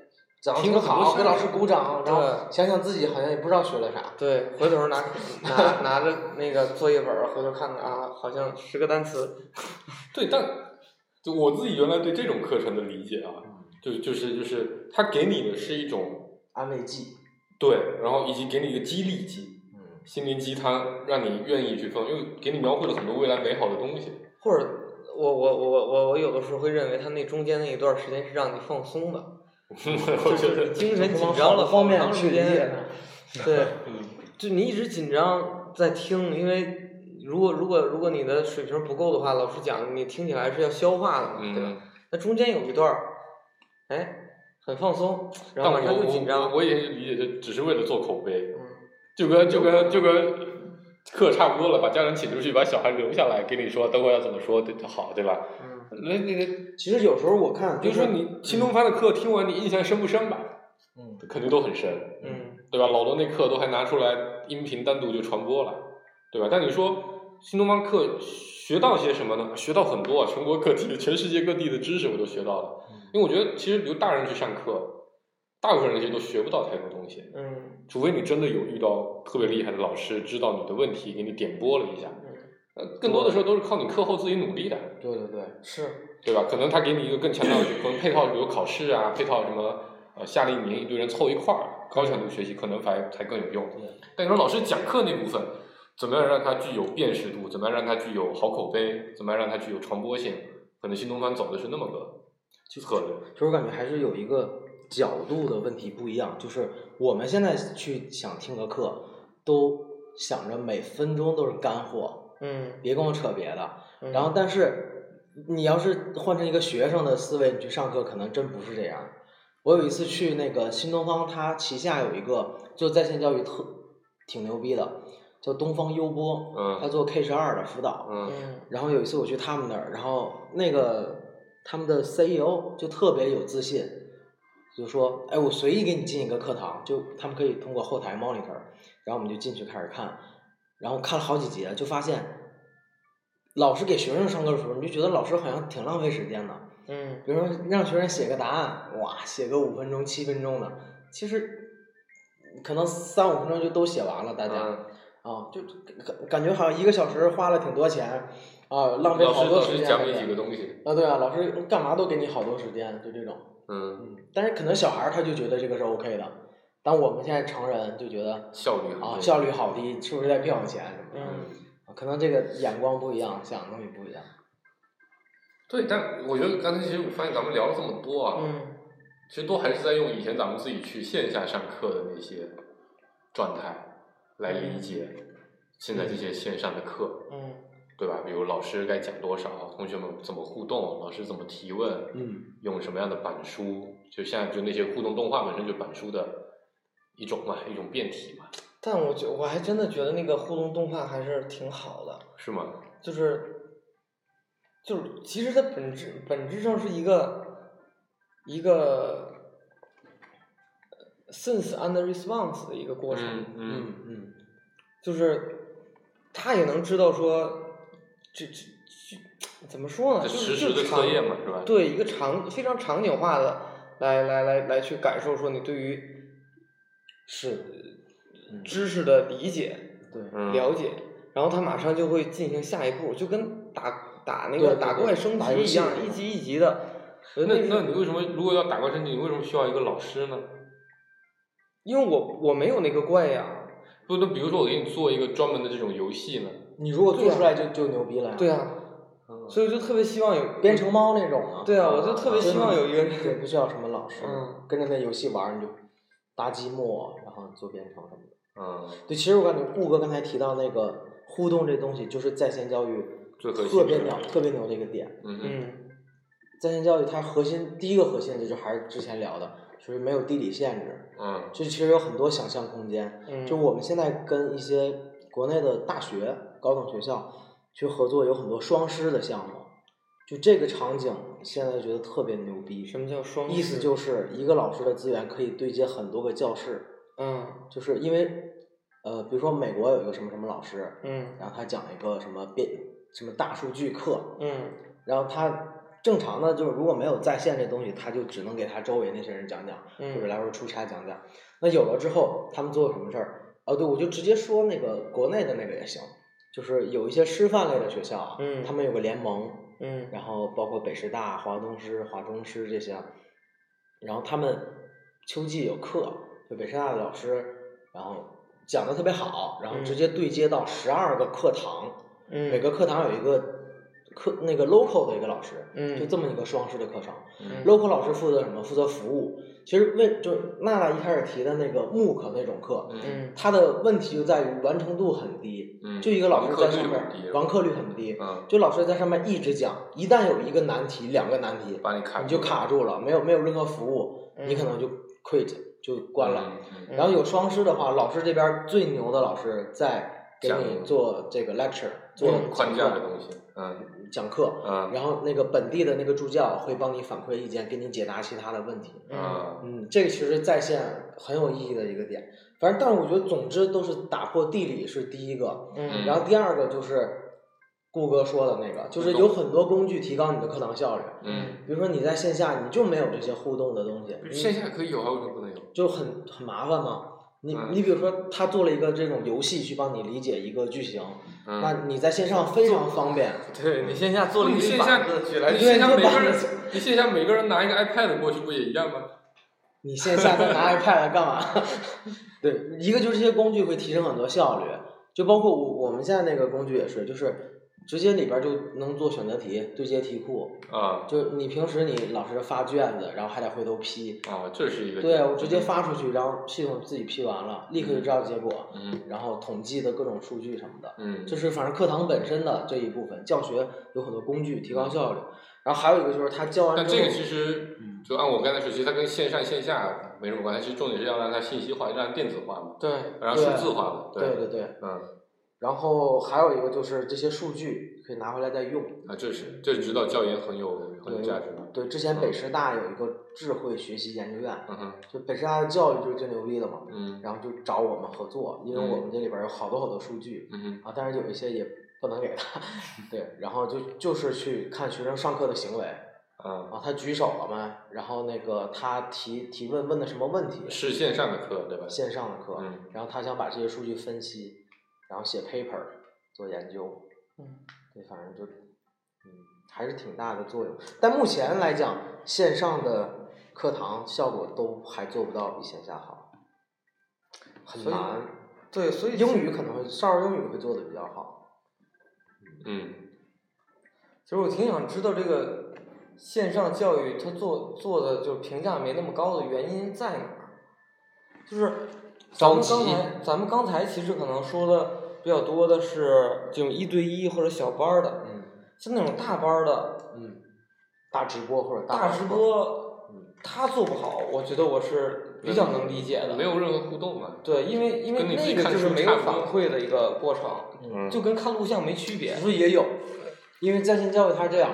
S4: 讲的
S2: 听
S4: 挺
S2: 着
S4: 好，
S2: 不像
S4: 给
S2: 嗯
S4: 老师鼓掌，然后
S2: 对
S4: 想想自己好像也不知道学了啥，
S2: 对，回头拿拿拿着那个作业本儿，回头看看啊，好像十个单词，
S3: 对，但就我自己原来对这种课程的理解啊，就就是就是他给你的是一种
S4: 安慰剂，
S3: 对，然后以及给你一个激励剂，
S4: 嗯，
S3: 心灵鸡汤，让你愿意去奋，因为给你描绘了很多未来美好的东西。
S2: 或者我我我我我我有的时候会认为他那中间那一段儿时间是让你放松的。
S3: 我觉得，
S2: 精神紧
S4: 好
S2: 张了，好
S4: 方面
S2: 长时
S4: 去理解
S2: 间，
S4: 呢，
S2: 对，
S3: 嗯
S2: 就你一直紧张在听，因为如果如果如果你的水平不够的话，老师讲你听起来是要消化的嘛，对吧？
S3: 嗯，
S2: 那中间有一段儿，哎，很放松，然
S3: 但
S2: 后
S3: 我
S2: 马上又紧
S3: 我
S2: 张，
S3: 我我也理解，这只是为了做口碑，
S2: 嗯，
S3: 就跟就跟就跟课差不多了，把家长请出去，把小孩留下来，跟你说等会要怎么说对好，对吧？
S2: 嗯
S3: 那那个，
S4: 其实有时候我看，
S3: 比如
S4: 就
S3: 说
S4: 是，
S3: 你新东方的课听完，你印象深不深吧？
S4: 嗯，
S3: 肯定都很深，
S2: 嗯
S3: 对吧？老罗那课都还拿出来音频单独就传播了，对吧？但你说新东方课学到些什么呢？学到很多啊，全国各地、全世界各地的知识我都学到了。因为我觉得，其实比如大人去上课，大部分人其实都学不到太多东西。
S2: 嗯
S3: 除非你真的有遇到特别厉害的老师，知道你的问题，给你点拨了一下。
S2: 嗯，
S3: 呃，更多的时候都是靠你课后自己努力的，
S4: 对对对，
S2: 是，
S3: 对吧？可能他给你一个更强大的，可能配套，比如考试啊，配套什么呃夏令营，一堆人凑一块儿，高强度学习可能才才更有用。但你说老师讲课那部分，怎么样让它具有辨识度？怎么样让它具有好口碑？怎么样让它具有传播性？可能新东方走的是那么个策略。
S4: 就是我感觉还是有一个角度的问题不一样，就是我们现在去想听个课，都想着每分钟都是干货，
S2: 嗯，
S4: 别跟我扯别的。
S2: 嗯
S4: 然后，但是你要是换成一个学生的思维，你去上课，可能真不是这样。我有一次去那个新东方，它旗下有一个做在线教育特挺牛逼的，叫东方优波，
S3: 嗯
S4: 他做 K 十二的辅导，
S3: 嗯
S2: 嗯
S4: 然后有一次我去他们那儿，然后那个他们的 CEO 就特别有自信，就说：“哎，我随意给你进一个课堂，就他们可以通过后台 monitor，然后我们就进去开始看，然后看了好几节，就发现老师给学生上课的时候，你就觉得老师好像挺浪费时间的。
S2: 嗯
S4: 比如说让学生写个答案，哇，写个五分钟、七分钟的，其实可能三五分钟就都写完了，大家。
S3: 嗯
S4: 啊，就感感觉好像一个小时花了挺多钱，啊，浪费
S3: 老
S4: 好
S3: 师
S4: 多
S3: 老
S4: 时
S3: 师
S4: 间。
S3: 讲你几个东西，
S4: 啊，对啊，老师干嘛都给你好多时间，就这种。
S3: 嗯，
S4: 嗯，但是可能小孩儿他就觉得这个是 OK 的，但我们现在成人就觉得
S3: 效率很
S4: 啊
S3: 重
S4: 效率好低，是不是在骗我钱什么的？
S2: 嗯
S3: 嗯。
S4: 啊可能这个眼光不一样，想的东西不一样。
S3: 对，但我觉得刚才其实我发现咱们聊了这么多啊，
S2: 嗯
S3: 其实都还是在用以前咱们自己去线下上课的那些状态来理解现在这些线上的课，
S2: 嗯
S3: 对吧？比如老师该讲多少，同学们怎么互动，老师怎么提问，
S4: 嗯
S3: 用什么样的板书，就现在就那些互动动画本身就板书的一种嘛，一种变体嘛，
S2: 但我觉我还真的觉得那个互动动画还是挺好的，
S3: 是吗？
S2: 就是就是其实它本质本质上是一个一个呃 sense and response 的一个过程，
S3: 嗯嗯
S4: 嗯
S2: 就是他也能知道说这这这怎么说呢？
S3: 这
S2: 就
S3: 实
S2: 是
S3: 时
S2: 就
S3: 的
S2: 是场
S3: 测验嘛，是吧？
S2: 对一个场非常场景化的来来来来去感受说你对于
S4: 是，嗯
S2: 知识的理解。
S4: 对，
S3: 嗯，
S2: 了解，然后他马上就会进行下一步，就跟打打那个
S4: 对对
S2: 打
S4: 对
S2: 怪升
S4: 打游
S2: 级一
S4: 戏
S2: 样
S4: 那，
S2: 一
S4: 种
S2: 级一级的。呃
S3: 那
S2: 是
S3: 那你为什么如果要打怪升级，你为什么需要一个老师呢？
S2: 因为我我没有那个怪呀，
S3: 不，那比如说我给你做一个专门的这种游戏呢？
S4: 你如果
S2: 对
S4: 做
S2: 啊
S4: 出来就就牛逼了呀。
S2: 对啊，
S4: 嗯，
S2: 所以我就特别希望有
S4: 编程猫那种啊。
S2: 对啊，我就特别希望有一个
S4: 对，
S2: 人，
S4: 不需要什么老师，
S2: 嗯
S4: 跟着那游戏玩儿你就搭积木，然后做编程什么的。
S3: 嗯，
S4: 对，其实我感觉顾哥刚才提到那个互动这东西，就是在线教育
S3: 最核心
S4: 特别
S3: 的
S4: 牛、特别牛的一个点。
S3: 嗯嗯
S2: 嗯，
S4: 在线教育它核心第一个核心的就还是之前聊的，就是没有地理限制，
S3: 嗯
S4: 就其实有很多想象空间。
S2: 嗯
S4: 就我们现在跟一些国内的大学、高等学校去合作，有很多双师的项目。就这个场景，现在觉得特别牛逼。
S2: 什么叫双
S4: 意思
S2: 师
S4: 就是一个老师的资源可以对接很多个教室，
S2: 嗯
S4: 就是因为，呃，比如说美国有一个什么什么老师，
S2: 嗯
S4: 然后他讲一个什么变什么大数据课，
S2: 嗯
S4: 然后他正常的就是如果没有在线这东西，他就只能给他周围那些人讲讲，或
S2: 嗯
S4: 者来回出差讲讲。那有了之后，他们做什么事儿？哦，对，我就直接说那个国内的那个也行，就是有一些师范类的学校啊，
S2: 嗯
S4: 他们有个联盟，
S2: 嗯
S4: 然后包括北师大、华东师、华中师这些，然后他们秋季有课，就北师大的老师，然后讲的特别好，然后直接对接到十二个课堂，
S2: 嗯，
S4: 每个课堂有一个课那个 local 的一个老师，
S2: 嗯
S4: 就这么一个双师的课程。
S2: 嗯
S4: local 老师负责什么？负责服务。其实问就是娜娜一开始提的那个木课那种课，
S3: 嗯
S2: 嗯
S4: 它的问题就在于完成度很低，
S3: 嗯，
S4: 就一个老师
S3: 课
S4: 在
S3: 率
S4: 上
S3: 很低
S4: 面，完课率很低。
S3: 嗯，
S4: 就老师在上面一直讲，一旦有一个难题、两个难题，
S3: 把你卡
S4: 你就
S3: 住
S4: 卡住了，没有没有任何服务，你可能就 quit 就关了。，
S3: 嗯嗯
S4: 然后有双师的话，老师这边最牛的老师在给你做这个 lecture，做
S3: 嗯框
S4: 讲
S3: 架的东
S4: 课，
S3: 西，嗯
S4: 讲课。
S3: 嗯
S4: 然后那个本地的那个助教会帮你反馈意见，给你解答其他的问题。
S3: 嗯
S4: 嗯，这个其实在线很有意义的一个点。反正，但是我觉得总之都是打破地理是第一个，
S2: 嗯
S4: 然后第二个就是顾哥说的那个，就是有很多工具提高你的课堂效率。
S3: 嗯，
S4: 比如说你在线下你就没有这些互动的东西，你
S3: 线下可以有啊，为什么不能有？
S4: 就很很麻烦嘛。你
S3: 嗯
S4: 你比如说他做了一个这种游戏去帮你理解一个句型，
S3: 嗯
S4: 那你在线上非常方便。
S2: 对你线下做了一
S3: 你
S2: 个
S3: 线
S2: 板
S3: 下
S2: 子
S3: 起来，你
S4: 对
S3: 线下
S4: 就
S3: 每
S4: 把
S3: 个人，你线下每个人拿一个 iPad 过去，不也一样吗？
S4: 你线下再拿 iPad 干嘛？ 对，一个就是这些工具会提升很多效率，就包括我我们现在那个工具也是，就是直接里边儿就能做选择题、对接题
S2: 哦
S4: 库，
S3: 啊
S4: 就你平时你老师发卷子，然后还得回头批。
S3: 啊，这是一个
S4: 对，我直
S2: 嗯
S4: 接发出去，然后系统自己批完了，立刻就知道结果，
S3: 嗯
S4: 然后统计的各种数据什么的，
S3: 嗯，
S4: 就是反正课堂本身的这一部分，教学有很多工具提高效率，然后还有一个就是他教完之
S3: 但
S4: 后，
S3: 这个其实
S4: 嗯
S3: 就按我刚才说，其实它跟线上线下没什么关系，其实重点是要让它信息化，让它电子化嘛，
S2: 对，
S3: 然后数字化嘛，
S4: 对对对，
S3: 嗯
S4: 然后还有一个就是这些数据可以拿回来再用。
S3: 啊，这是这是指导教研很有很有价值的，
S4: 对，之前北师大有一个智慧学习研究院，
S3: 嗯哼
S4: 就北师大的教育就是最牛逼的嘛，
S3: 嗯
S4: 然后就找我们合作，因为我们这里边有好多好多数据，
S3: 嗯哼
S4: 啊，但是有一些也不能给他， 对，然后就就是去看学生上课的行为，
S3: 啊，
S4: 啊，他举手了嘛，然后那个他提提问问的什么问题，
S3: 是线上的课对吧？
S4: 线上的课，
S3: 嗯
S4: 然后他想把这些数据分析，然后写 paper 做研究，
S2: 嗯
S4: 对，反正就，嗯，还是挺大的作用。但目前来讲，线上的课堂效果都还做不到比线下好，很
S2: 所以
S4: 难。
S2: 对，所以
S4: 英语可能会，少儿英语会做的比较好。
S3: 嗯
S2: 其实我挺想知道这个线上教育它做做的就是评价没那么高的原因在哪儿？就是咱们
S4: 着
S2: 刚
S4: 急
S2: 才咱们刚才其实可能说的比较多的是这种一对一或者小班儿的，
S4: 嗯
S2: 像那种大班儿的
S4: 嗯，大直播或者
S2: 大
S4: 直
S2: 直，播，
S3: 嗯
S2: 他做不好，我觉得我是比较能理解的。
S3: 嗯没有任何互动嘛。
S2: 对，因为因为
S3: 跟你自己
S2: 那个
S3: 看
S2: 就是
S3: 书
S2: 没有
S3: 差不
S2: 反
S3: 多
S2: 馈的一个过程，
S3: 嗯，
S2: 就跟看录像没区别
S4: 其。实也有，因为在线教育它是这样，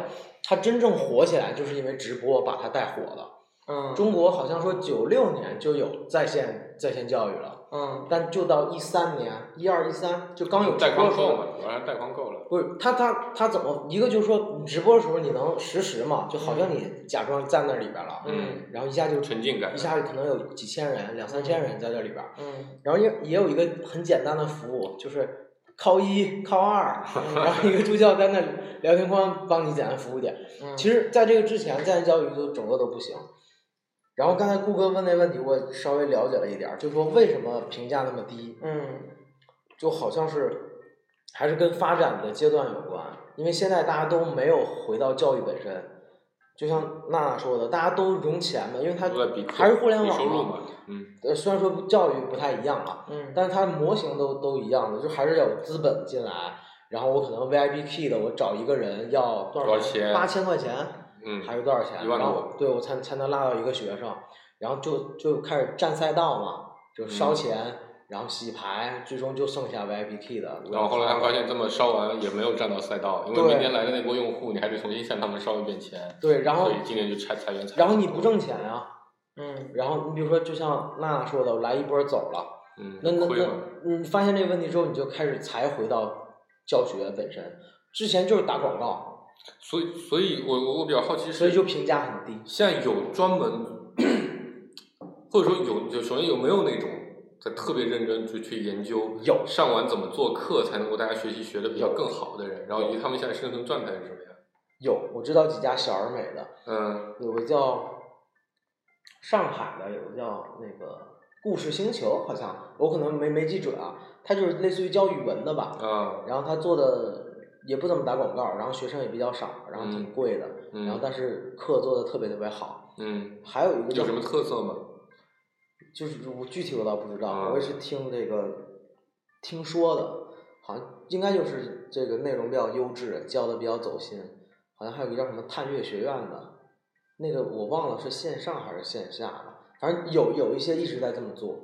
S4: 它真正火起来就是因为直播把它带火了。
S2: 嗯，
S4: 中国好像说九六年就有在线在线教育了，
S2: 嗯
S4: 但就到一三年、一二、一三就刚有直
S3: 带宽
S4: 播的时候
S3: 够嘛，我还带宽够了。
S4: 不是他他他怎么一个就是说你直播的时候你能实时嘛，就好像你假装站那里边了，
S2: 嗯
S4: 然后一下就
S3: 沉浸感
S4: 一下可能有几千人、两三千人在这里边儿，
S2: 嗯
S4: 然后也也有一个很简单的服务，就是靠一靠二， 然后一个助教在那聊天框帮你简单服务点。
S2: 嗯，
S4: 其实，在这个之前，在线教育就整个都不行。然后刚才顾哥问那问题，我稍微了解了一点儿，就说为什么评价那么低？
S2: 嗯
S4: 就好像是还是跟发展的阶段有关，因为现在大家都没有回到教育本身，就像娜娜说的，大家都融钱嘛，因为它
S3: 都在比
S4: 还是互联
S3: 比收入
S4: 网
S3: 嘛，嗯，
S4: 呃，虽然说教育不太一样啊，
S2: 嗯，
S4: 但是它模型都都一样的，就还是要有资本进来，然后我可能 VIP key 的，我找一个人要多
S3: 多少
S4: 少
S3: 钱
S4: 八千块钱，
S3: 嗯
S4: 还是多少钱？
S3: 一万多
S4: 然后对我才才能拉到一个学生，然后就就开始占赛道嘛，就烧
S3: 嗯
S4: 钱，然后洗牌，最终就剩下 VIP key 的。
S3: 然后后来他们发现这么烧完也没有占到赛道，因为
S4: 对
S3: 明年来的那波用户，你还得重新向他们烧一遍钱，
S4: 对，然后
S3: 所以今年就拆裁员裁。
S4: 然后你不，挣钱啊，
S2: 嗯
S4: 然后你比如说就像娜娜说的，我来一波走了，
S3: 嗯，
S4: 那那
S3: 亏嘛，
S4: 那你发现这个问题之后，你就开始才回到教学本身，之前就是打广告，
S3: 所以所以我我我比较好奇是，
S4: 所以就评价很低。
S3: 现在有专门， 或者说有就首先有没有那种在特别认真去去研究
S4: 有
S3: 上完怎么做课才能够大家学习学的比较更好的人，然后以及他们现在生存状态是什么样？
S4: 有，我知道几家小而美的，
S3: 嗯
S4: 有个叫上海的，有个叫那个故事星球，好像我可能没没记准啊，它就是类似于教语文的吧，
S3: 啊
S4: 然后它做的也不怎么打广告，然后学生也比较少，然后挺
S3: 嗯
S4: 贵的，
S3: 嗯
S4: 然后但是课做的特别特别好，
S3: 嗯，
S4: 还有一个叫
S3: 有什么特色吗？
S4: 就是我具体我倒不知道，
S3: 啊
S4: 我也是听这个听说的，好像应该就是这个内容比较优质，教的比较走心。好像还有一个叫什么探月学院的，那个我忘了是线上还是线下了，反正有有一些一直在这么做。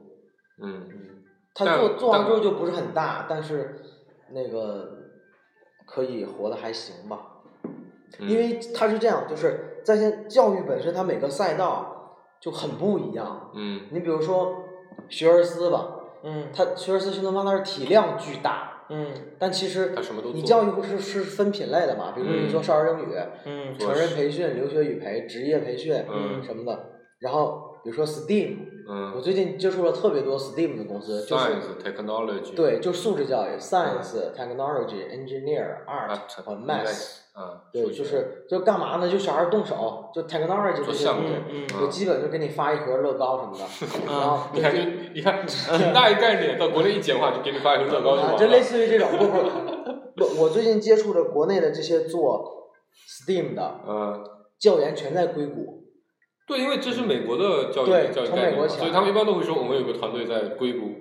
S3: 嗯，
S4: 嗯，他
S3: 但
S4: 做做完
S3: 但
S4: 之后就不是很大，但是那个可以活得还行吧。
S3: 嗯
S4: 因为它是这样，就是在线教育本身，它每个赛道就很不一样。
S3: 嗯
S4: 你比如说学而思吧，
S2: 嗯
S4: 它学而思训练方它是体量巨大，
S2: 嗯
S4: 但其实
S3: 它什么都
S4: 你
S3: 做
S4: 教育不是是分品类的嘛？比如说你做
S2: 嗯
S4: 少儿英语、
S2: 嗯
S4: 成人培训、留学语培、职业培训
S3: 嗯
S4: 什么的，然后比如说 STEAM，我
S3: 嗯
S4: 最近接触了特别多 STEAM 的公司，就是
S3: ，science technology
S4: 对，就是素质教育，science、technology、engineer、art 和 math，
S3: 啊，
S4: 对，就是就干嘛呢？就小孩动手，就 technology 这
S3: 做
S4: 些
S3: 项
S4: 东
S3: 目
S4: 西，
S2: 嗯
S4: 就基本就给你发一盒乐高什么 的，然后
S3: 你看就你 看挺大一概念，到国内一简化就给你发一个乐高就完
S4: 啊，
S3: 了，
S4: 就类似于这种，不不，我我最近接触的国内的这些做 STEAM 的
S3: 嗯。
S4: 教研全在硅谷，
S3: 对，因为这是美国的教育
S4: 对
S3: 教育
S4: 从
S3: 概
S4: 美
S3: 念
S4: 国
S3: 嘛，
S4: 起来
S3: 所以他们一般都会说我们有个团队在硅谷，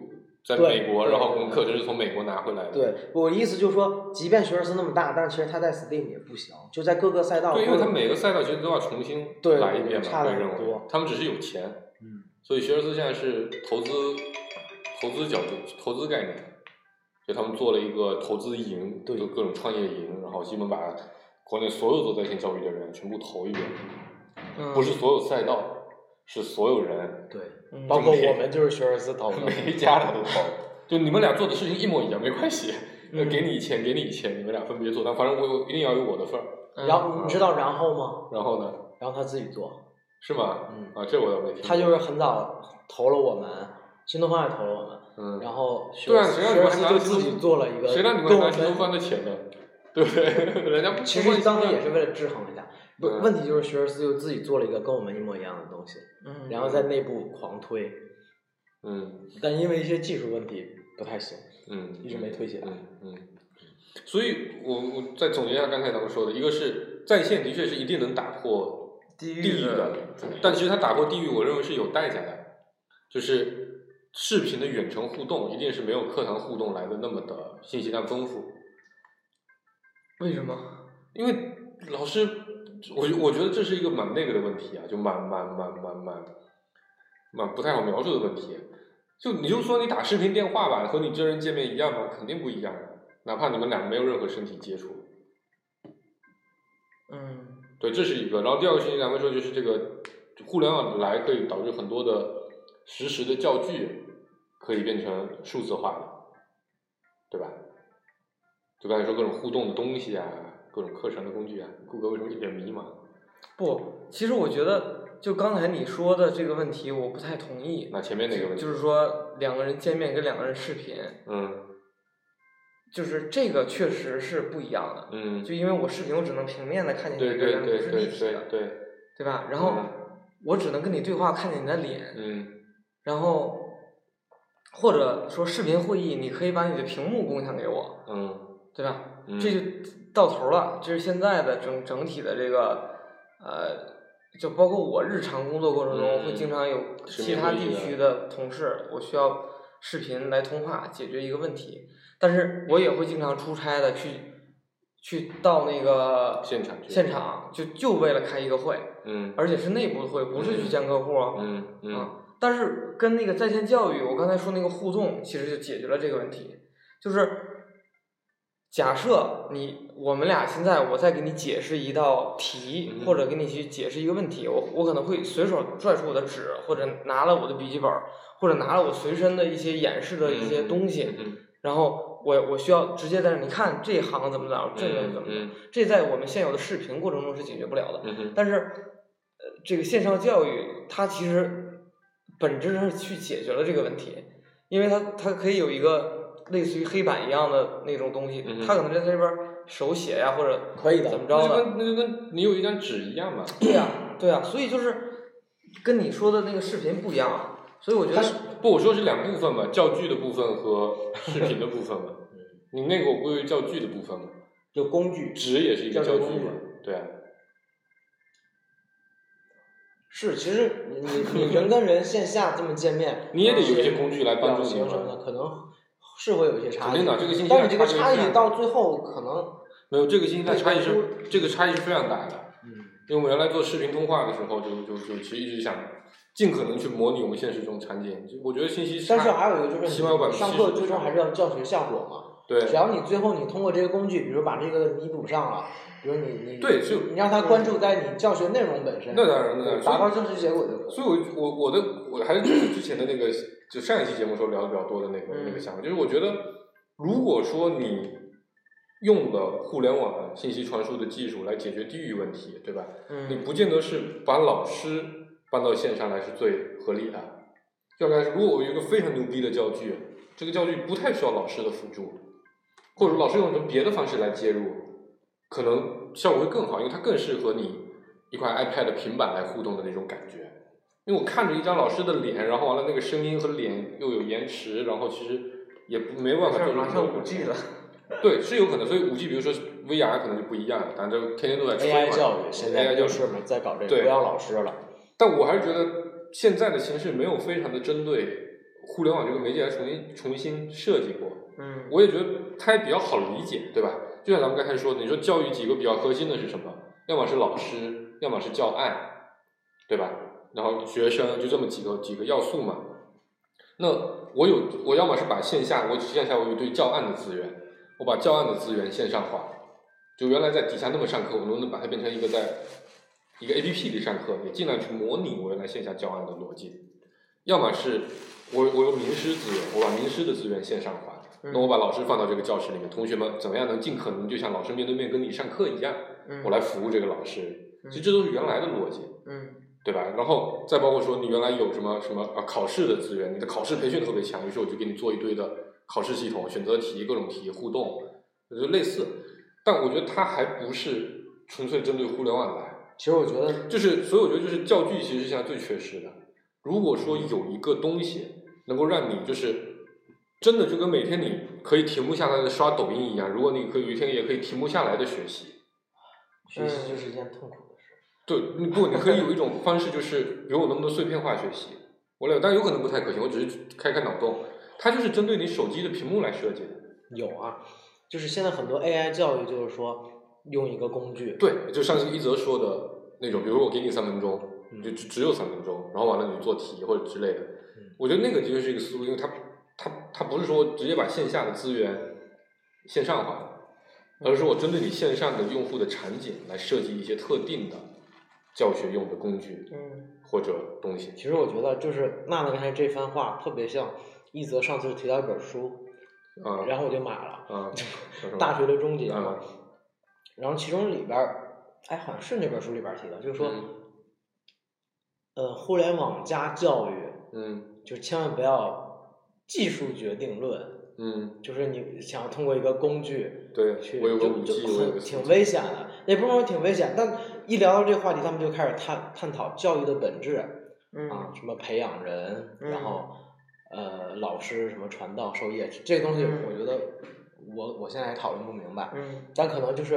S3: 在
S4: 对
S3: 美国，
S4: 对
S3: 然后
S4: 对
S3: 我们
S4: 对
S3: 课程是从美国拿回来的。
S4: 对我的意思就是说，即便学而思那么大，但其实它在 STEAM 也不行，就在各个赛道
S3: 对，因为
S4: 都
S3: 他
S4: 有
S3: 每个赛道其实都要重新
S4: 对
S3: 来一遍嘛，
S4: 差
S3: 我
S4: 得
S3: 认
S4: 很
S3: 为
S4: 多
S3: 他们只是有钱，
S4: 嗯，
S3: 所以学而思现在是投资投资角度、投资概念，就他们做了一个投资营，
S4: 对
S3: 就各种创业营，然后基本把国内所有做在线教育的人全部投一遍，
S2: 嗯，
S3: 不是所有赛道，是所有人，
S4: 对，
S2: 嗯，
S4: 包括
S3: 这么
S4: 我们就是学而思投的，
S3: 每一家的都投，就你们俩做的事情一模一样，没关系，呃
S2: 嗯
S3: 给你一千，给你一千，你们俩分别做，但反正我有一定要有我的份儿。
S2: 嗯
S4: 然后你知道然后吗？
S3: 然后呢，
S4: 然后他自己做，
S3: 是吗？
S4: 嗯，
S3: 啊，这我倒没听过。
S4: 他就是很早投了我们，新东方也投了我们，
S3: 嗯，
S4: 然后学
S3: 对啊
S4: 而思
S3: 谁让
S4: 学而
S3: 你
S4: 思
S3: 们还
S4: 就
S3: 拿
S4: 自己
S3: 新东
S4: 做了一个，
S3: 谁让你们
S4: 跟我
S3: 拿新东
S4: 们
S3: 方的钱呢？ 对不对？人家
S4: 其
S3: 不关
S4: 实
S3: 心
S4: 当时
S3: 啊
S4: 也是为了制衡一下，不
S3: 嗯
S4: 问题就是学而思就自己做了一个跟我们一模一样的东西，
S2: 嗯，
S4: 然后在内部狂推，
S3: 嗯
S4: 但因为一些技术问题不太行，
S3: 嗯，
S4: 一直没推起来。
S3: 嗯嗯。所以我我再总结一下刚才咱们说的，一个是在线的确是一定能打破
S2: 地
S3: 地
S2: 狱
S3: 域的，但其实它打破地域，我认为是有代价的，就是视频的远程互动一定是没有课堂互动来的那么的信息量丰富，
S2: 为什么？
S3: 因为老师我觉我觉得这是一个蛮那个的问题啊，就蛮蛮蛮蛮蛮蛮不太好描述的问题。就你就说你打视频电话吧，和你真人见面一样吗？肯定不一样，哪怕你们俩没有任何身体接触。
S2: 嗯
S3: 对，这是一个。然后第二个事情，咱们说就是这个互联网来可以导致很多的实时的教具可以变成数字化的，对吧？就刚才说各种互动的东西啊，各种课程的工具啊，谷歌为什么一脸迷茫？
S2: 不，其实我觉得就刚才你说的这个问题，我不太同意。
S3: 那前面那个问题，
S2: 就是说两个人见面跟两个人视频，
S3: 嗯
S2: 就是这个确实是不一样的。
S3: 嗯，
S2: 就因为我视频，我只能平面的看见你这
S3: 对
S2: 个
S3: 对
S2: 人，
S3: 对
S2: 不是
S3: 对
S2: 立体
S3: 对
S2: 的，
S3: 对，
S2: 对吧？然后我只能跟你对话，看见你的脸，
S3: 嗯
S2: 然后或者说视频会议，你可以把你的屏幕共享给我，
S3: 嗯
S2: 对吧？
S3: 嗯，
S2: 这就到头了，这是现在的整整体的这个呃。就包括我日常工作过程中，
S3: 嗯
S2: 会经常有
S3: 视
S2: 其
S3: 频
S2: 他
S3: 会议
S2: 地
S3: 的
S2: 区的同事，我需要视频来通话解决一个问题。但是我也会经常出差的去去到那个
S3: 现场去
S2: 现场，就就为了开一个会，
S3: 嗯
S2: 而且是内部的会，不是去见客户。
S3: 嗯嗯
S2: 啊，但是跟那个在线教育，我刚才说那个互动，其实就解决了这个问题。就是假设你我们俩现在我再给你解释一道题，
S3: 嗯
S2: 或者给你去解释一个问题，我我可能会随手拽出我的纸，或者拿了我的笔记本，或者拿了我随身的一些演示的一些东西，
S3: 嗯
S2: 然后我我需要直接在那儿你看这一行怎么着，这个
S3: 嗯
S2: 怎么着，
S3: 嗯
S2: 这在我们现有的视频过程中是解决不了的。
S3: 嗯
S2: 但是，呃，这个线上教育它其实本质上是去解决了这个问题，因为它它可以有一个类似于黑板一样的那种东西，
S3: 嗯哼
S2: 它可能在这边儿手写呀、或者
S4: 可以的
S2: 怎么
S3: 那
S2: 着
S3: 就
S2: 的，
S3: 跟那就跟你有一张纸一样嘛，
S2: 对呀、对呀、所以就是跟你说的那个视频不一样啊，所以我觉
S3: 它
S2: 得
S3: 是不，我说是两部分嘛，教具的部分和视频的部分嘛。你那个我归为教具的部分嘛，
S4: 就工具
S3: 纸也是一个
S4: 教
S3: 教
S4: 具
S3: 具
S4: 工具
S3: 嘛，对啊，
S4: 是，其实你你你人跟人线下这么见面
S3: ，你也得有一些工具来帮助
S4: 表
S3: 你
S4: 情什么
S3: 嘛
S4: 的，。可能是会有一些差
S3: 肯
S4: 异
S3: 定。的，这个信息
S4: 但
S3: 量
S4: 你这个
S3: 差
S4: 差
S3: 距是
S4: 异
S3: 非常
S4: 到最后可能，
S3: 没有这个信息量差异是
S4: 对
S3: 这个差异是非常大的，
S4: 嗯，
S3: 因为我们原来做视频通话的时候，就就就其实一直想尽可能去模拟我们现实中场景，就我觉得信息差
S4: 但是还有一个就是
S3: 起码有百
S4: 你
S3: 分之
S4: 上
S3: 七
S4: 课
S3: 十
S4: 最终还是要教学效果嘛。
S3: 对
S4: 只要你最后你通过这个工具，比如把这个弥补上了，比如你你
S3: 对就
S4: 你让他关注在你教学内容本身，
S3: 那当然那当然
S4: 达到教学结果就可以。
S3: 所以我，我我的我还是就是之前的那个，就上一期节目时候聊的比较多的那个、
S2: 嗯
S3: 那个想法，就是我觉得，如果说你用了互联网信息传输的技术来解决地域问题，对吧？你
S2: 嗯
S3: 不见得是把老师搬到线上来是最合理的。要不然，如果我有一个非常牛逼的教具，这个教具不太需要老师的辅助，或者老师用什么别的方式来介入，可能效果会更好，因为它更适合你一块 iPad 平板来互动的那种感觉。因为我看着一张老师的脸，然后完了那个声音和脸又有延迟，然后其实也不没办
S2: 没
S3: 法
S2: 事儿
S3: 做出
S2: 马
S3: 很
S2: 上
S3: 多
S2: 五
S3: 感觉
S2: G 了，
S3: 对，是有可能。所以五 G，比如说 VR 可能就不一样了，咱就天天都在吹嘛。
S4: AI 教育现
S3: AI
S4: 在
S3: 教
S4: 就
S3: 育
S4: 是嘛，在搞这
S3: 对
S4: 个，不要老师了。
S3: 但我还是觉得现在的形式没有非常的针对互联网这个媒介来重新重新设计过。
S2: 嗯，
S3: 我也觉得它也比较好理解，对吧？就像咱们刚才说的，你说教育几个比较核心的是什么？要么是老师，要么是教案，对吧？然后学生就这么几个几个要素嘛。那我有，我要么是把线下，我线下我有对教案的资源，我把教案的资源线上化，就原来在底下那么上课，我能不能把它变成一个在一个 A P P 里上课，也尽量去模拟我原来线下教案的逻辑？要么是我我有名师资源，我把名师的资源线上化，那
S2: 嗯
S3: 我把老师放到这个教室里面，同学们怎么样能尽可能就像老师面对面跟你上课一样，
S2: 嗯
S3: 我来服务这个老师，
S2: 嗯
S3: 其实这都是原来的逻辑。
S2: 嗯
S3: 对吧？然后再包括说你原来有什么什么啊考试的资源，你的考试培训特别强，于是我就给你做一堆的考试系统、选择题、各种题、互动，就类似。但我觉得它还不是纯粹针对互联网来，
S4: 其实我觉得
S3: 就是所以我觉得就是教具其实是现在最缺失的。如果说有一个东西能够让你就是真的就跟每天你可以停不下来的刷抖音一样，如果你可以有一天也可以停不下来的学习，
S4: 学习就是一件痛苦的事。
S3: 对，你不，你可以有一种方式，就是比如我能不能碎片化学习？我了，但有可能不太可行，我只是开开脑洞。它就是针对你手机的屏幕来设计的。
S4: 有啊，就是现在很多 AI 教育就是说，用一个工具。
S3: 对，就上次一泽说的那种，比如说我给你三分钟，你就只只有三分钟，然后完了你做题或者之类的
S4: 嗯。
S3: 我觉得那个就是一个思路，因为它它它不是说直接把线下的资源线上化，而是我针对你线上的用户的场景来设计一些特定的教学用的工具
S2: 嗯
S3: 或者东西。
S4: 其实我觉得就是娜娜刚才这番话特别像一泽上次提到一本书，
S3: 啊
S4: 然后我就买了
S3: 啊， 叫什么
S4: 《大学的终结》嘛
S3: 啊，
S4: 然后其中里边儿，哎，好像是那本书里边儿提的，就是说，
S3: 嗯
S4: 呃，互联网加教育，
S3: 嗯
S4: 就千万不要技术决定论，
S3: 嗯，
S4: 就是你想要通过一个工具
S3: 对，
S4: 去，
S3: 我有个
S4: 就
S3: 五
S4: 就
S3: G，我有
S4: 很
S3: 个
S4: 挺
S3: 4G
S4: 危险的，也不是说挺危险，但一聊到这个话题，他们就开始探探讨教育的本质啊
S2: 嗯，
S4: 什么培养人，
S2: 嗯
S4: 然后呃，老师什么传道授业，这东西
S2: 嗯
S4: 我觉得我我现在还讨论不明白，
S2: 嗯
S4: 但可能就是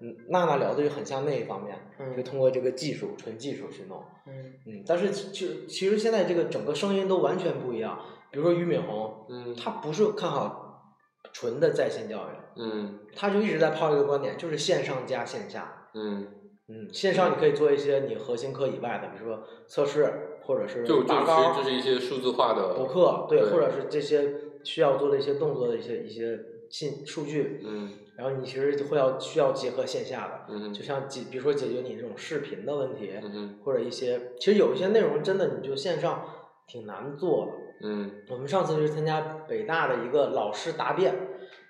S4: 嗯，娜娜聊的就很像那一方面，
S2: 嗯
S4: 就通过这个技术，纯技术去弄。
S2: 嗯
S4: 嗯，但是其其实其实现在这个整个声音都完全不一样。比如说俞敏洪，
S3: 嗯
S4: 他不是看好纯的在线教育，
S3: 嗯
S4: 他就一直在抛一个观点，就是线上加线下。
S3: 嗯，
S4: 嗯，线上你可以做一些你核心课以外的，比如说测试或者是
S3: 就就
S4: 拔
S3: 其实
S4: 高
S3: 就、是一些数字化的
S4: 补课，对，
S3: 对
S4: 或者是这些需要做的一些动作的一些一些信数据。
S3: 嗯
S4: 然后你其实会要需要结合线下的，
S3: 嗯
S4: 就像解，比如说解决你这种视频的问题，
S3: 嗯嗯
S4: 或者一些，其实有一些内容真的你就线上挺难做的。
S3: 嗯
S4: 我们上次去参加北大的一个老师答辩，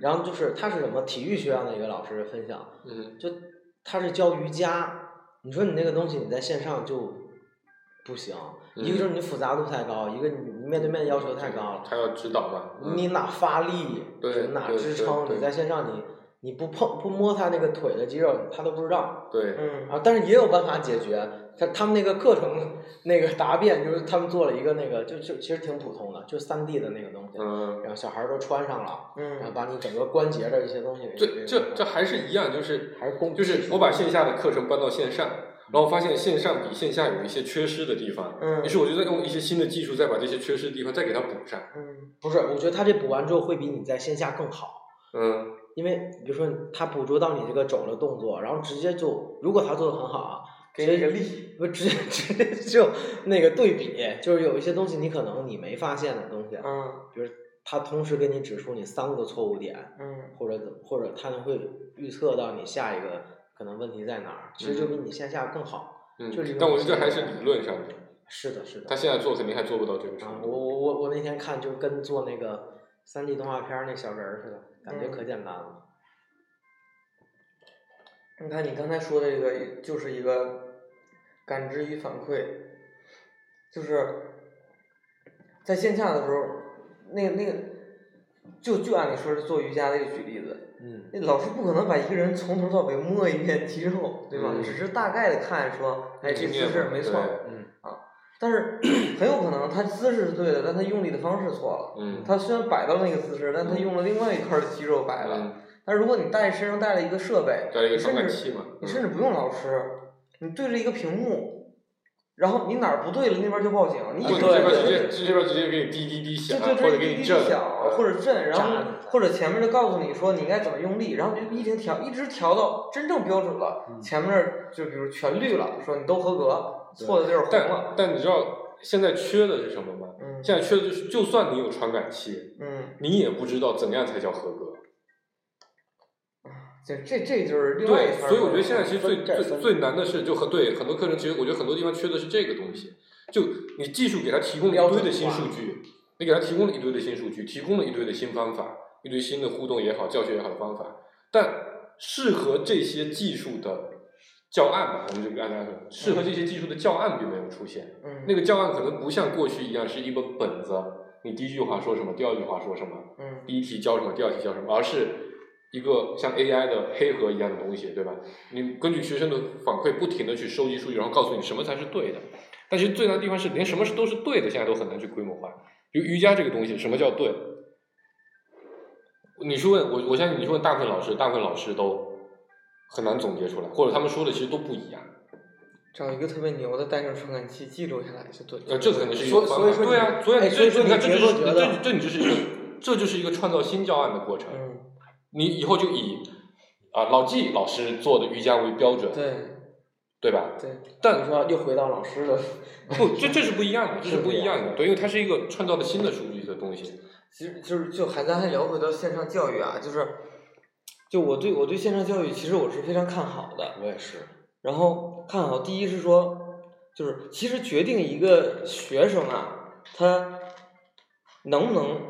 S4: 然后就是他是什么体育学院的一个老师分享，
S3: 嗯
S4: 就他是教瑜伽，你说你那个东西你在线上就不行，
S3: 嗯
S4: 一个就是你复杂度太高，一个你面对面要求太高了，
S3: 他要指导嘛，嗯
S4: 你哪发力，
S3: 对
S4: 哪
S3: 对
S4: 支
S3: 对
S4: 撑，
S3: 对
S4: 你在线上你你不碰不摸他那个腿的肌肉，他都不知道。
S3: 对，
S2: 嗯
S4: 啊，但是也有办法解决。他他们那个课程那个答辩，就是他们做了一个那个，就就其实挺普通的，就三 D 的那个东西，
S3: 嗯，
S4: 然后小孩儿都穿上了，然后
S2: 嗯
S4: 把你整个关节的一些东西给
S3: 这这这还是一样，就是
S4: 还是工
S3: 就
S4: 具技
S3: 是
S4: 术
S3: 我把线下的课程搬到线上，然后发现线上比线下有一些缺失的地方，
S2: 嗯
S3: 于是我就在用一些新的技术再把这些缺失的地方再给它补上，
S2: 嗯
S4: 不是，我觉得他这补完之后会比你在线下更好，
S3: 嗯
S4: 因为比如说他捕捉到你这个肘的动作，然后直接就如果他做的很好啊，
S2: 给
S4: 直
S2: 你
S4: 接
S2: 个力，
S4: 不直接直接就那个对比，就是有一些东西你可能你没发现的东西，啊
S2: 嗯
S4: 比如他同时给你指出你三个错误点，
S2: 嗯
S4: 或者怎或者他能会预测到你下一个可能问题在哪儿，其实就比你线下更好。就是
S3: 嗯
S4: 用，
S3: 但我觉得这还是理论上的，
S4: 是的，是的。
S3: 他现在做肯定还做不到这个
S4: 啊
S3: 程，
S4: 嗯我
S3: 度，
S4: 我我我那天看就跟做那个三 D 动画片儿那小人儿似的，感觉
S2: 嗯
S4: 可简单了。
S2: 你看你刚才说的这个就是一个感知与反馈，就是在线下的时候，那个那个就就按理说是做瑜伽这个举例子，
S4: 嗯
S2: 那老师不可能把一个人从头到尾摸一遍肌肉，对吧？
S3: 嗯
S2: 只是大概的看说，哎，这姿势没错，
S3: 对
S4: 嗯
S2: 但是 很有可能他姿势是对的，但他用力的方式错了。
S3: 嗯，
S2: 他虽然摆到了那个姿势，但他用了另外一块儿的肌肉摆了。
S3: 嗯，
S2: 但如果你带身上带了一个设备，
S3: 带了一个
S2: 你甚
S3: 传感
S2: 至
S3: 器嘛，嗯
S2: 你甚至不用老师，你对着一个屏幕，然后你哪儿不对了，那边儿就报警。你
S3: 嗯
S2: 以
S3: 或
S2: 为
S3: 者这边
S2: 对
S3: 直接这边直接给你滴滴滴
S2: 就
S3: 响，啊
S2: 就
S3: 或者
S2: 这
S3: 给你
S2: 一
S3: 震嗯
S2: 滴，啊小，或者震，然后
S4: 炸你
S2: 或者前面就告诉你说你应该怎么用力，然后就一直调，一直调到真正标准了，
S4: 嗯
S2: 前面儿就比如全绿了，说你都合格，
S4: 对
S2: 错的地儿红
S3: 但
S2: 了，
S3: 但你知道现在缺的是什么吗？
S2: 嗯
S3: 现在缺的就是，就算你有传感器，
S2: 嗯，
S3: 你也不知道怎样才叫合格。
S2: 这这这就是另外一
S3: 对，
S2: 圈儿
S3: 所以我觉得现在其实最
S4: 分这儿
S3: 最
S4: 分
S3: 最难的是，就很对很多课程，其实我觉得很多地方缺的是这个东西。就你技术给他提供了
S4: 标
S3: 一
S4: 准
S3: 堆的新
S4: 化
S3: 数据，你给他提供了一堆的新数据，提供了一堆的新方法，一堆新的互动也好、教学也好的方法，但适合这些技术的教案吧，我们就按照适合这些技术的教案并没有出现。
S2: 嗯
S3: 那个教案可能不像过去一样是一本本子，你第一句话说什么，第二句话说什么，
S2: 嗯
S3: 第一题教什么，第二题教什么，而是一个像 AI 的黑盒一样的东西，对吧？你根据学生的反馈，不停的去收集数据，然后告诉你什么才是对的。但其实最难的地方是，连什么是都是对的，现在都很难去规模化。比如瑜伽这个东西，什么叫对？你去问我，我相信你去问大部分老师，大部分老师都很难总结出来，或者他们说的其实都不一样。
S2: 找一个特别牛的带上传感器记录下来就对了。
S3: 呃，这可能是一
S4: 所
S3: 个
S4: 以
S3: 方法。
S4: 所以说你
S3: 对啊，所以
S4: 哎
S3: 这
S4: 所以说
S3: 你看，
S4: 你
S3: 这
S4: 觉
S3: 就
S4: 不
S3: 是
S4: 觉
S3: 这
S4: 得
S3: 这你就是一个这就是一个创造新教案的过程。
S2: 嗯
S3: 你以后就以啊、老纪老师做的瑜伽为标准，
S2: 对
S3: 对 吧？
S4: 对，
S3: 但
S4: 你说又回到老师的，
S3: 不，这这是不一样的，这是不一样的，
S4: 是
S3: 对，因为它是一个创造了新的数据的东西。
S2: 其实就是就还咱还聊回到线上教育啊，就是就我对我对线上教育其实我是非常看好的，
S4: 我也是，
S2: 然后看好，第一是说，就是其实决定一个学生啊，他能不能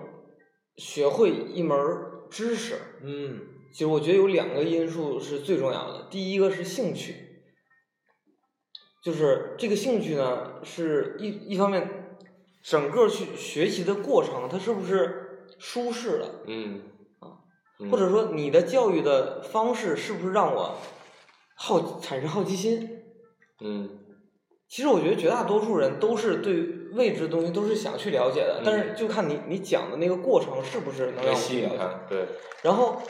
S2: 学会一门儿知识，
S4: 嗯，
S2: 其实我觉得有两个因素是最重要的。第一个是兴趣，就是这个兴趣呢，是一一方面，整个去学习的过程，它是不是舒适的，
S3: 嗯，嗯
S2: 或者说你的教育的方式是不是让我好产生好奇心？
S3: 嗯
S2: 其实我觉得绝大多数人都是对未知的东西都是想去了解的
S3: 嗯，
S2: 但是就看你你讲的那个过程是不是能让
S3: 要
S2: 我
S3: 吸
S2: 去
S3: 引
S2: 了解。
S3: 他，对，
S2: 然后，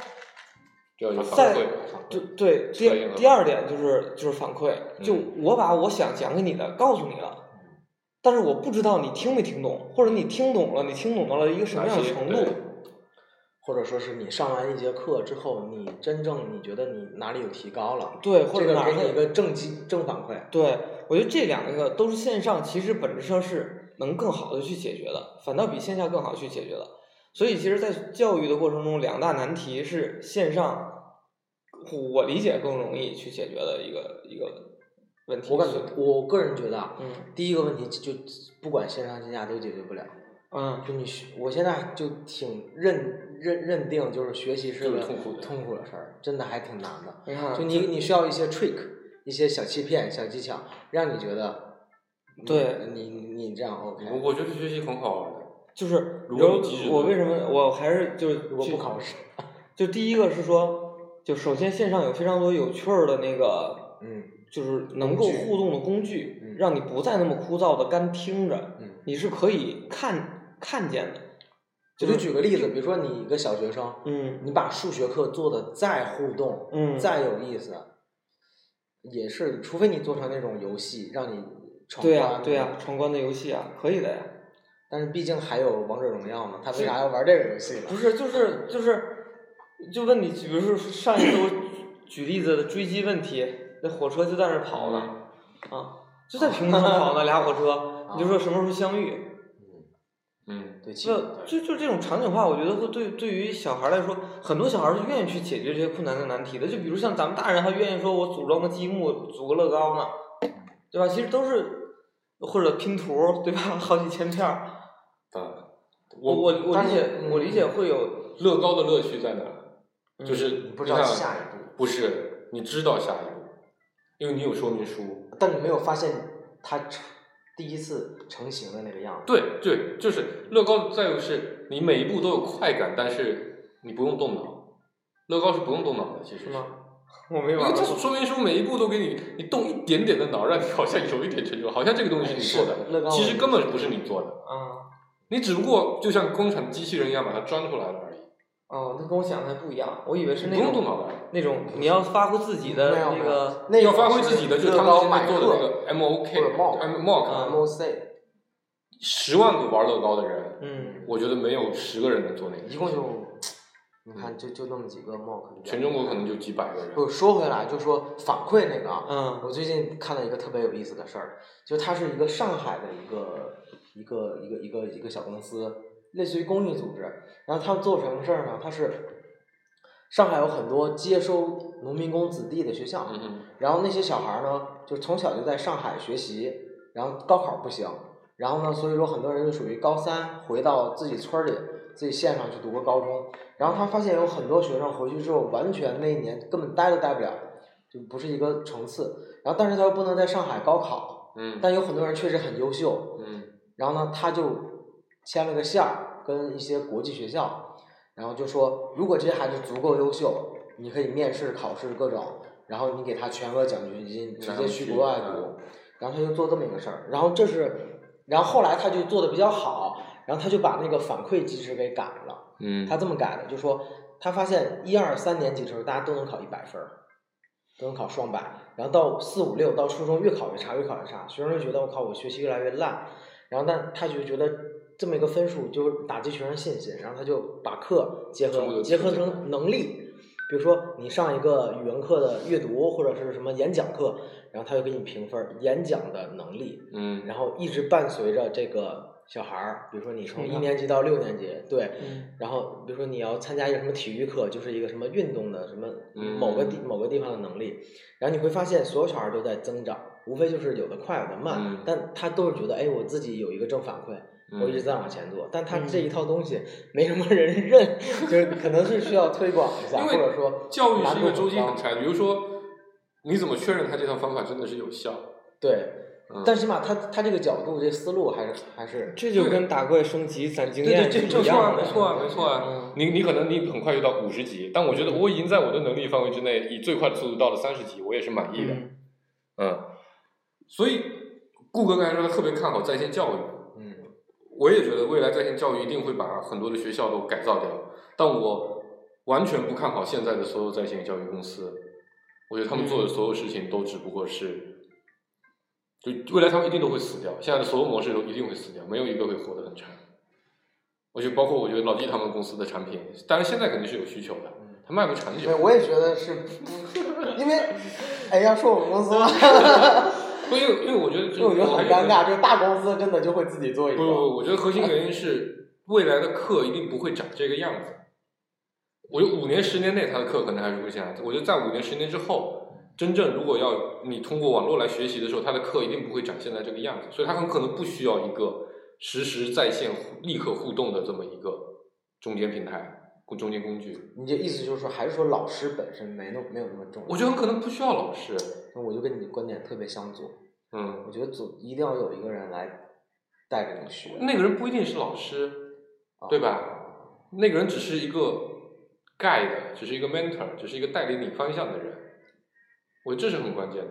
S3: 要有反
S2: 在
S3: 馈，
S2: 对对，第
S3: 策应了
S2: 第二点就是就是反馈，就
S3: 嗯
S2: 我把我想讲给你的告诉你了，
S4: 嗯
S2: 但是我不知道你听没听懂，或者你听懂了，你听懂到了一个什么样的
S3: 哪些
S2: 程
S3: 对
S2: 度？
S4: 或者说是你上完一节课之后，你真正你觉得你哪里有提高了，
S2: 对，或
S4: 这
S2: 者
S4: 个
S2: 哪
S4: 给你一
S2: 个？
S4: 个正击正反馈，
S2: 对，我觉得这两个都是线上，其实本质上是能更好的去解决的，反倒比线下更好去解决的。所以，其实，在教育的过程中，两大难题是线上，我理解更容易去解决的一个一个问题。
S4: 我感觉，我个人觉得啊，
S2: 嗯
S4: 第一个问题就不管线上线下都解决不了，
S2: 嗯，
S4: 就你学，我现在就挺认认认定，就是学习是
S3: 就是
S4: 个
S3: 痛苦的
S4: 痛苦的事儿，真的还挺难的。
S2: 你看，
S4: 就你你需要一些 trick，一些小欺骗、小技巧，让你觉得你，
S2: 对
S4: 你你你这样 OK。
S3: 我我觉得学习很好玩的，
S2: 就是
S3: 如果你
S2: 有
S3: 机制
S2: 我
S3: 对
S2: 为什么我还是就是
S4: 如果
S2: 去
S4: 不考试，
S2: 就第一个是说，就首先线上有非常多有趣儿的那个，
S4: 嗯
S2: 就是能够
S4: 工具
S2: 互动的工具，
S4: 嗯
S2: 让你不再那么枯燥的干听着，
S4: 嗯，
S2: 你是可以看看见的。
S4: 我就举个例子，比如说你一个小学生，
S2: 嗯
S4: 你把数学课做的再互动，
S2: 嗯，
S4: 再有意思，也是，除非你做成那种游戏，让你闯
S2: 对呀、啊
S4: 关嗯
S2: 对呀、
S4: 那种
S2: 闯关的游戏啊，可以的呀。
S4: 但是毕竟还有王者荣耀嘛，他为啥要玩这个游戏
S2: 不
S4: 呢？
S2: 是，就是就是，就问你，比如说上一次我举例子的追击问题，那火车就在那儿跑呢，啊，就在屏幕上跑呢，俩火车，
S3: 哦
S2: 你就说什么时候相遇？
S3: 嗯
S4: 对，其实
S2: 那就就这种场景化，我觉得会对对于小孩来说，很多小孩是愿意去解决这些困难的难题的。就比如像咱们大人还愿意说，我组装个积木，组个乐高呢，对吧？其实都是或者拼图，对吧？ 好几千片儿。
S3: 啊，
S2: 我
S3: 我
S2: 我我
S4: 但
S2: 理
S4: 是嗯
S2: 解，我理解会有，
S3: 乐高的乐趣在哪儿？就是
S4: 嗯你不知道
S3: 看啊
S4: 下一步，
S3: 不是，你知道下一步，因为你有说明书。
S4: 但你没有发现它成第一次成型的那个样子。
S3: 对对，就是乐高的在于是你每一步都有快感，但是你不用动脑。乐高是不用动脑的，其实
S2: 是吗？我没
S3: 因
S2: 玩
S3: 为
S2: 过
S3: 它。说明书每一步都给你，你动一点点的脑，让你好像有一点成就，好像这个东
S4: 哎
S3: 西是你做的，
S4: 乐高
S3: 其实根本不是你做的，
S2: 啊，
S3: 你只不过就像工厂机器人一样把它装出来了而已，
S2: 哦，那跟我想的还不一样，我以为是
S3: 不
S2: 那
S3: 用
S2: 种
S3: 动脑的。
S2: 那种你要发挥自己的
S4: 没有
S2: 那个，
S4: 没有那
S3: 要
S4: 种
S3: 发挥自己的，就是他们
S4: 乐高
S3: 现在
S4: 买
S3: 做的
S4: 课
S3: 那个 M O K
S4: 或者 mock
S3: M mock，
S2: 啊
S4: MOC，
S3: 十万个玩乐高的人，
S2: 嗯，
S3: 我觉得没有十个人能做那个。
S4: 一共就你看就就那么几个 mock，
S3: 全中国可能就几百个人。
S4: 不说回来就说反馈那个啊，
S2: 嗯
S4: 我最近看到一个特别有意思的事儿，就它是一个上海的一个一个一个一个一个小公司，类似于公益组织。然后他们做什么事儿呢？他是上海有很多接收农民工子弟的学校，
S3: 嗯嗯
S4: 然后那些小孩儿呢，就从小就在上海学习，然后高考不行，然后呢，所以说很多人就属于高三回到自己村儿里、自己县上去读个高中，然后他发现有很多学生回去之后，完全那一年根本待都待不了，就不是一个层次。然后，但是他又不能在上海高考，
S3: 嗯
S4: 但有很多人确实很优秀，
S3: 嗯
S4: 然后呢，他就牵了个线儿，跟一些国际学校，然后就说，如果这些孩子足够优秀，你可以面试、考试各种，然后你给他全额奖学金，直
S3: 让他们
S4: 接去
S3: 去
S4: 国外读
S3: 嗯。
S4: 然后他就做这么一个事儿，然后这是，然后后来他就做的比较好，然后他就把那个反馈机制给改了。
S3: 嗯
S4: 他这么改的，就说他发现一二三年级的时候大家都能考一百分儿，都能考双百，然后到四五六到初中越考越差，越考越差，学生就觉得我靠我学习越来越烂，然后但他就觉得这么一个分数就打击学生信心，然后他就把课结
S3: 全部
S4: 合
S3: 都
S4: 结合
S3: 提升
S4: 成能力，比如说你上一个语文课的阅读或者是什么演讲课，然后他就给你评分儿演讲的能力，
S3: 嗯，
S4: 然后一直伴随着这个小孩儿，比如说你从
S2: 成
S4: 一
S2: 长
S4: 年级到六年级，对，
S2: 嗯
S4: 然后比如说你要参加一个什么体育课，就是一个什么运动的什么嗯某个地
S2: 嗯
S4: 某个地方的能力，然后你会发现所有小孩都在增长，无非就是有的快有的慢，
S3: 嗯
S4: 但他都是觉得哎我自己有一个正反馈，我一直在往前做，但他这
S2: 嗯
S4: 一套东西没什么人 认，就是可能是需要推广一下，
S3: 因
S4: 或
S3: 为
S4: 者说
S3: 教育
S4: 难
S3: 是一
S4: 度
S3: 个周期
S4: 高
S3: 很长，比如说，你怎么确认他这套方法真的是有效？
S4: 对，
S3: 嗯，
S4: 但起码他他这个角度这思路还是还是
S2: 这就跟打怪升级攒经
S3: 对对，
S2: 验
S3: 这
S2: 是
S3: 这
S2: 一
S3: 错啊
S2: 样，的。
S3: 没错啊，没错啊
S2: 嗯。
S3: 你你可能你很快就到五十级，但我觉得我已经在我的能力范围之内，以最快的速度到了三十级，我也是满意的。
S2: 嗯
S3: 嗯，所以顾哥刚才说他特别看好在线教育，
S4: 嗯
S3: 我也觉得未来在线教育一定会把很多的学校都改造掉，但我完全不看好现在的所有在线教育公司。我觉得他们
S4: 嗯
S3: 做的所有事情都只不过是，就未来他们一定都会死掉，现在的所有模式都一定会死掉，没有一个会活得很长。我觉得包括我觉得老季他们公司的产品，当然现在肯定是有需求的，
S4: 嗯，
S3: 它卖不长久
S4: 对，。我也觉得是，因为哎要说我们公司吗？
S3: 不因为因为我觉得
S4: 因为我觉得很尴
S3: 尬。
S4: 尬，就是大公司真的就会自己做一
S3: 不
S4: 个。
S3: 不，我觉得核心原因是未来的课一定不会长这个样子。我觉得五年、十年内他的课可能还是会这样，我觉得在五年、十年之后，真正如果要你通过网络来学习的时候，他的课一定不会长现在这个样子，所以他很可能不需要一个实时在线互立刻互动的这么一个中间平台、中间工具。
S4: 你这意思就是说，还是说老师本身没那么没有那么重要？
S3: 我觉得很可能不需要老师，
S4: 那我就跟你观点特别相左。
S3: 嗯，
S4: 我觉得总一定要有一个人来带着你学，
S3: 那个人不一定是老师，
S4: 啊
S3: 对吧？那个人只是一个 guide，只是一个 mentor，只是一个带领你方向的人。我觉得这是很关键的。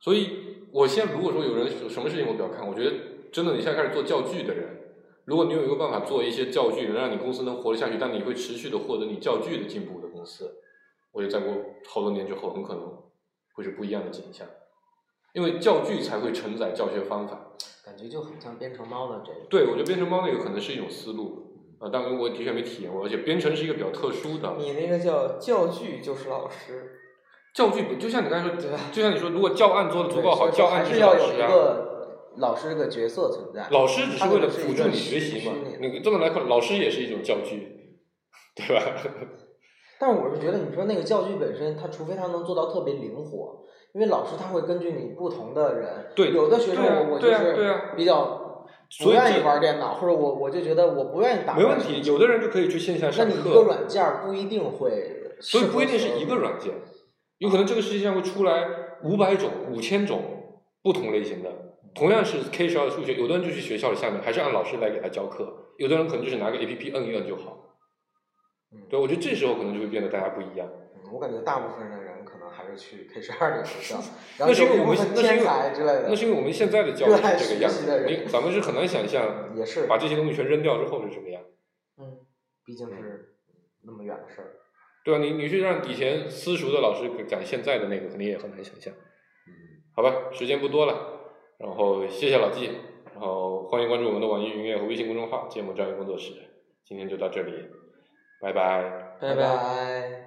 S3: 所以，我现在如果说有人有什么事情我比较看，我觉得真的，你现在开始做教具的人，如果你有一个办法做一些教具，能让你公司能活得下去，但你会持续的获得你教具的进步的公司，我觉得再过好多年之后，很可能会是不一样的景象，因为教具才会承载教学方法。
S4: 感觉就很像编程猫的这个。
S3: 对，我觉得编程猫那个可能是一种思路，啊、但我的确没体验过，而且编程是一个比较特殊的
S4: 嗯
S2: 你那个叫教具就是老师，
S3: 教具，就像你刚才说
S2: 对吧，
S3: 就像你说，如果教案做的足够好，
S4: 啊对所以
S3: 教
S4: 说
S3: 案
S4: 还
S3: 就是老
S4: 要有
S3: 师
S4: 一
S3: 啊。
S4: 个老师这个角色存在。
S3: 老师只是
S4: 他
S3: 为了
S4: 可能是
S3: 辅
S4: 一
S3: 助
S4: 个
S3: 你学
S4: 虚
S3: 习嘛
S4: 虚拟，的
S3: 那个这么来看，老师也是一种教具，对吧？
S4: 但我是觉得，你说那个教具本身，它除非它能做到特别灵活，因为老师他会根据你不同的人，
S3: 对
S4: 有的学生
S3: 对啊
S4: 我我就
S3: 对啊对啊
S4: 是比较不
S3: 所以
S4: 愿
S3: 这
S4: 意玩电脑，或者我我就觉得我不愿意打。
S3: 没问题，有的人就可以去线下
S4: 那
S3: 上
S4: 你一个
S3: 课，
S4: 软件儿不一定会，
S3: 所以不一定是一个。软件，有可能这个世界上会出来五百种、五千种不同类型的。
S4: 嗯
S3: 同样是 K 十二的数学，有的人就去学校的下面，还是按老师来给他教课；有的人可能就是拿个 APP 摁一摁就好。
S4: 嗯
S3: 对，我觉得这时候可能就会变得大家不一样。
S4: 嗯我感觉大部分的人可能还是去 K 十二这个 学校，然
S3: 那
S4: 后
S3: 是因为
S4: 有
S3: 我
S4: 一部
S3: 们
S4: 分
S3: 那是因
S4: 天
S3: 为
S4: 才之类的，
S3: 那是因为我们现在的教育
S4: 热爱
S3: 是这个样
S4: 学习的
S3: 子，
S4: 人
S3: 你咱们是很难想象
S4: 也是
S3: 把，这些东西全扔掉之后是什么样。
S4: 嗯，毕竟是那么远的事儿。
S3: 对啊吧？你你去让以前私塾的老师赶现在的那个，肯定也很难想象。
S4: 嗯，
S3: 好吧，时间不多了，然后谢谢老季，然后欢迎关注我们的网易云音乐和微信公众号“芥末章鱼工作室”。今天就到这里，拜拜。
S2: 拜
S4: 拜拜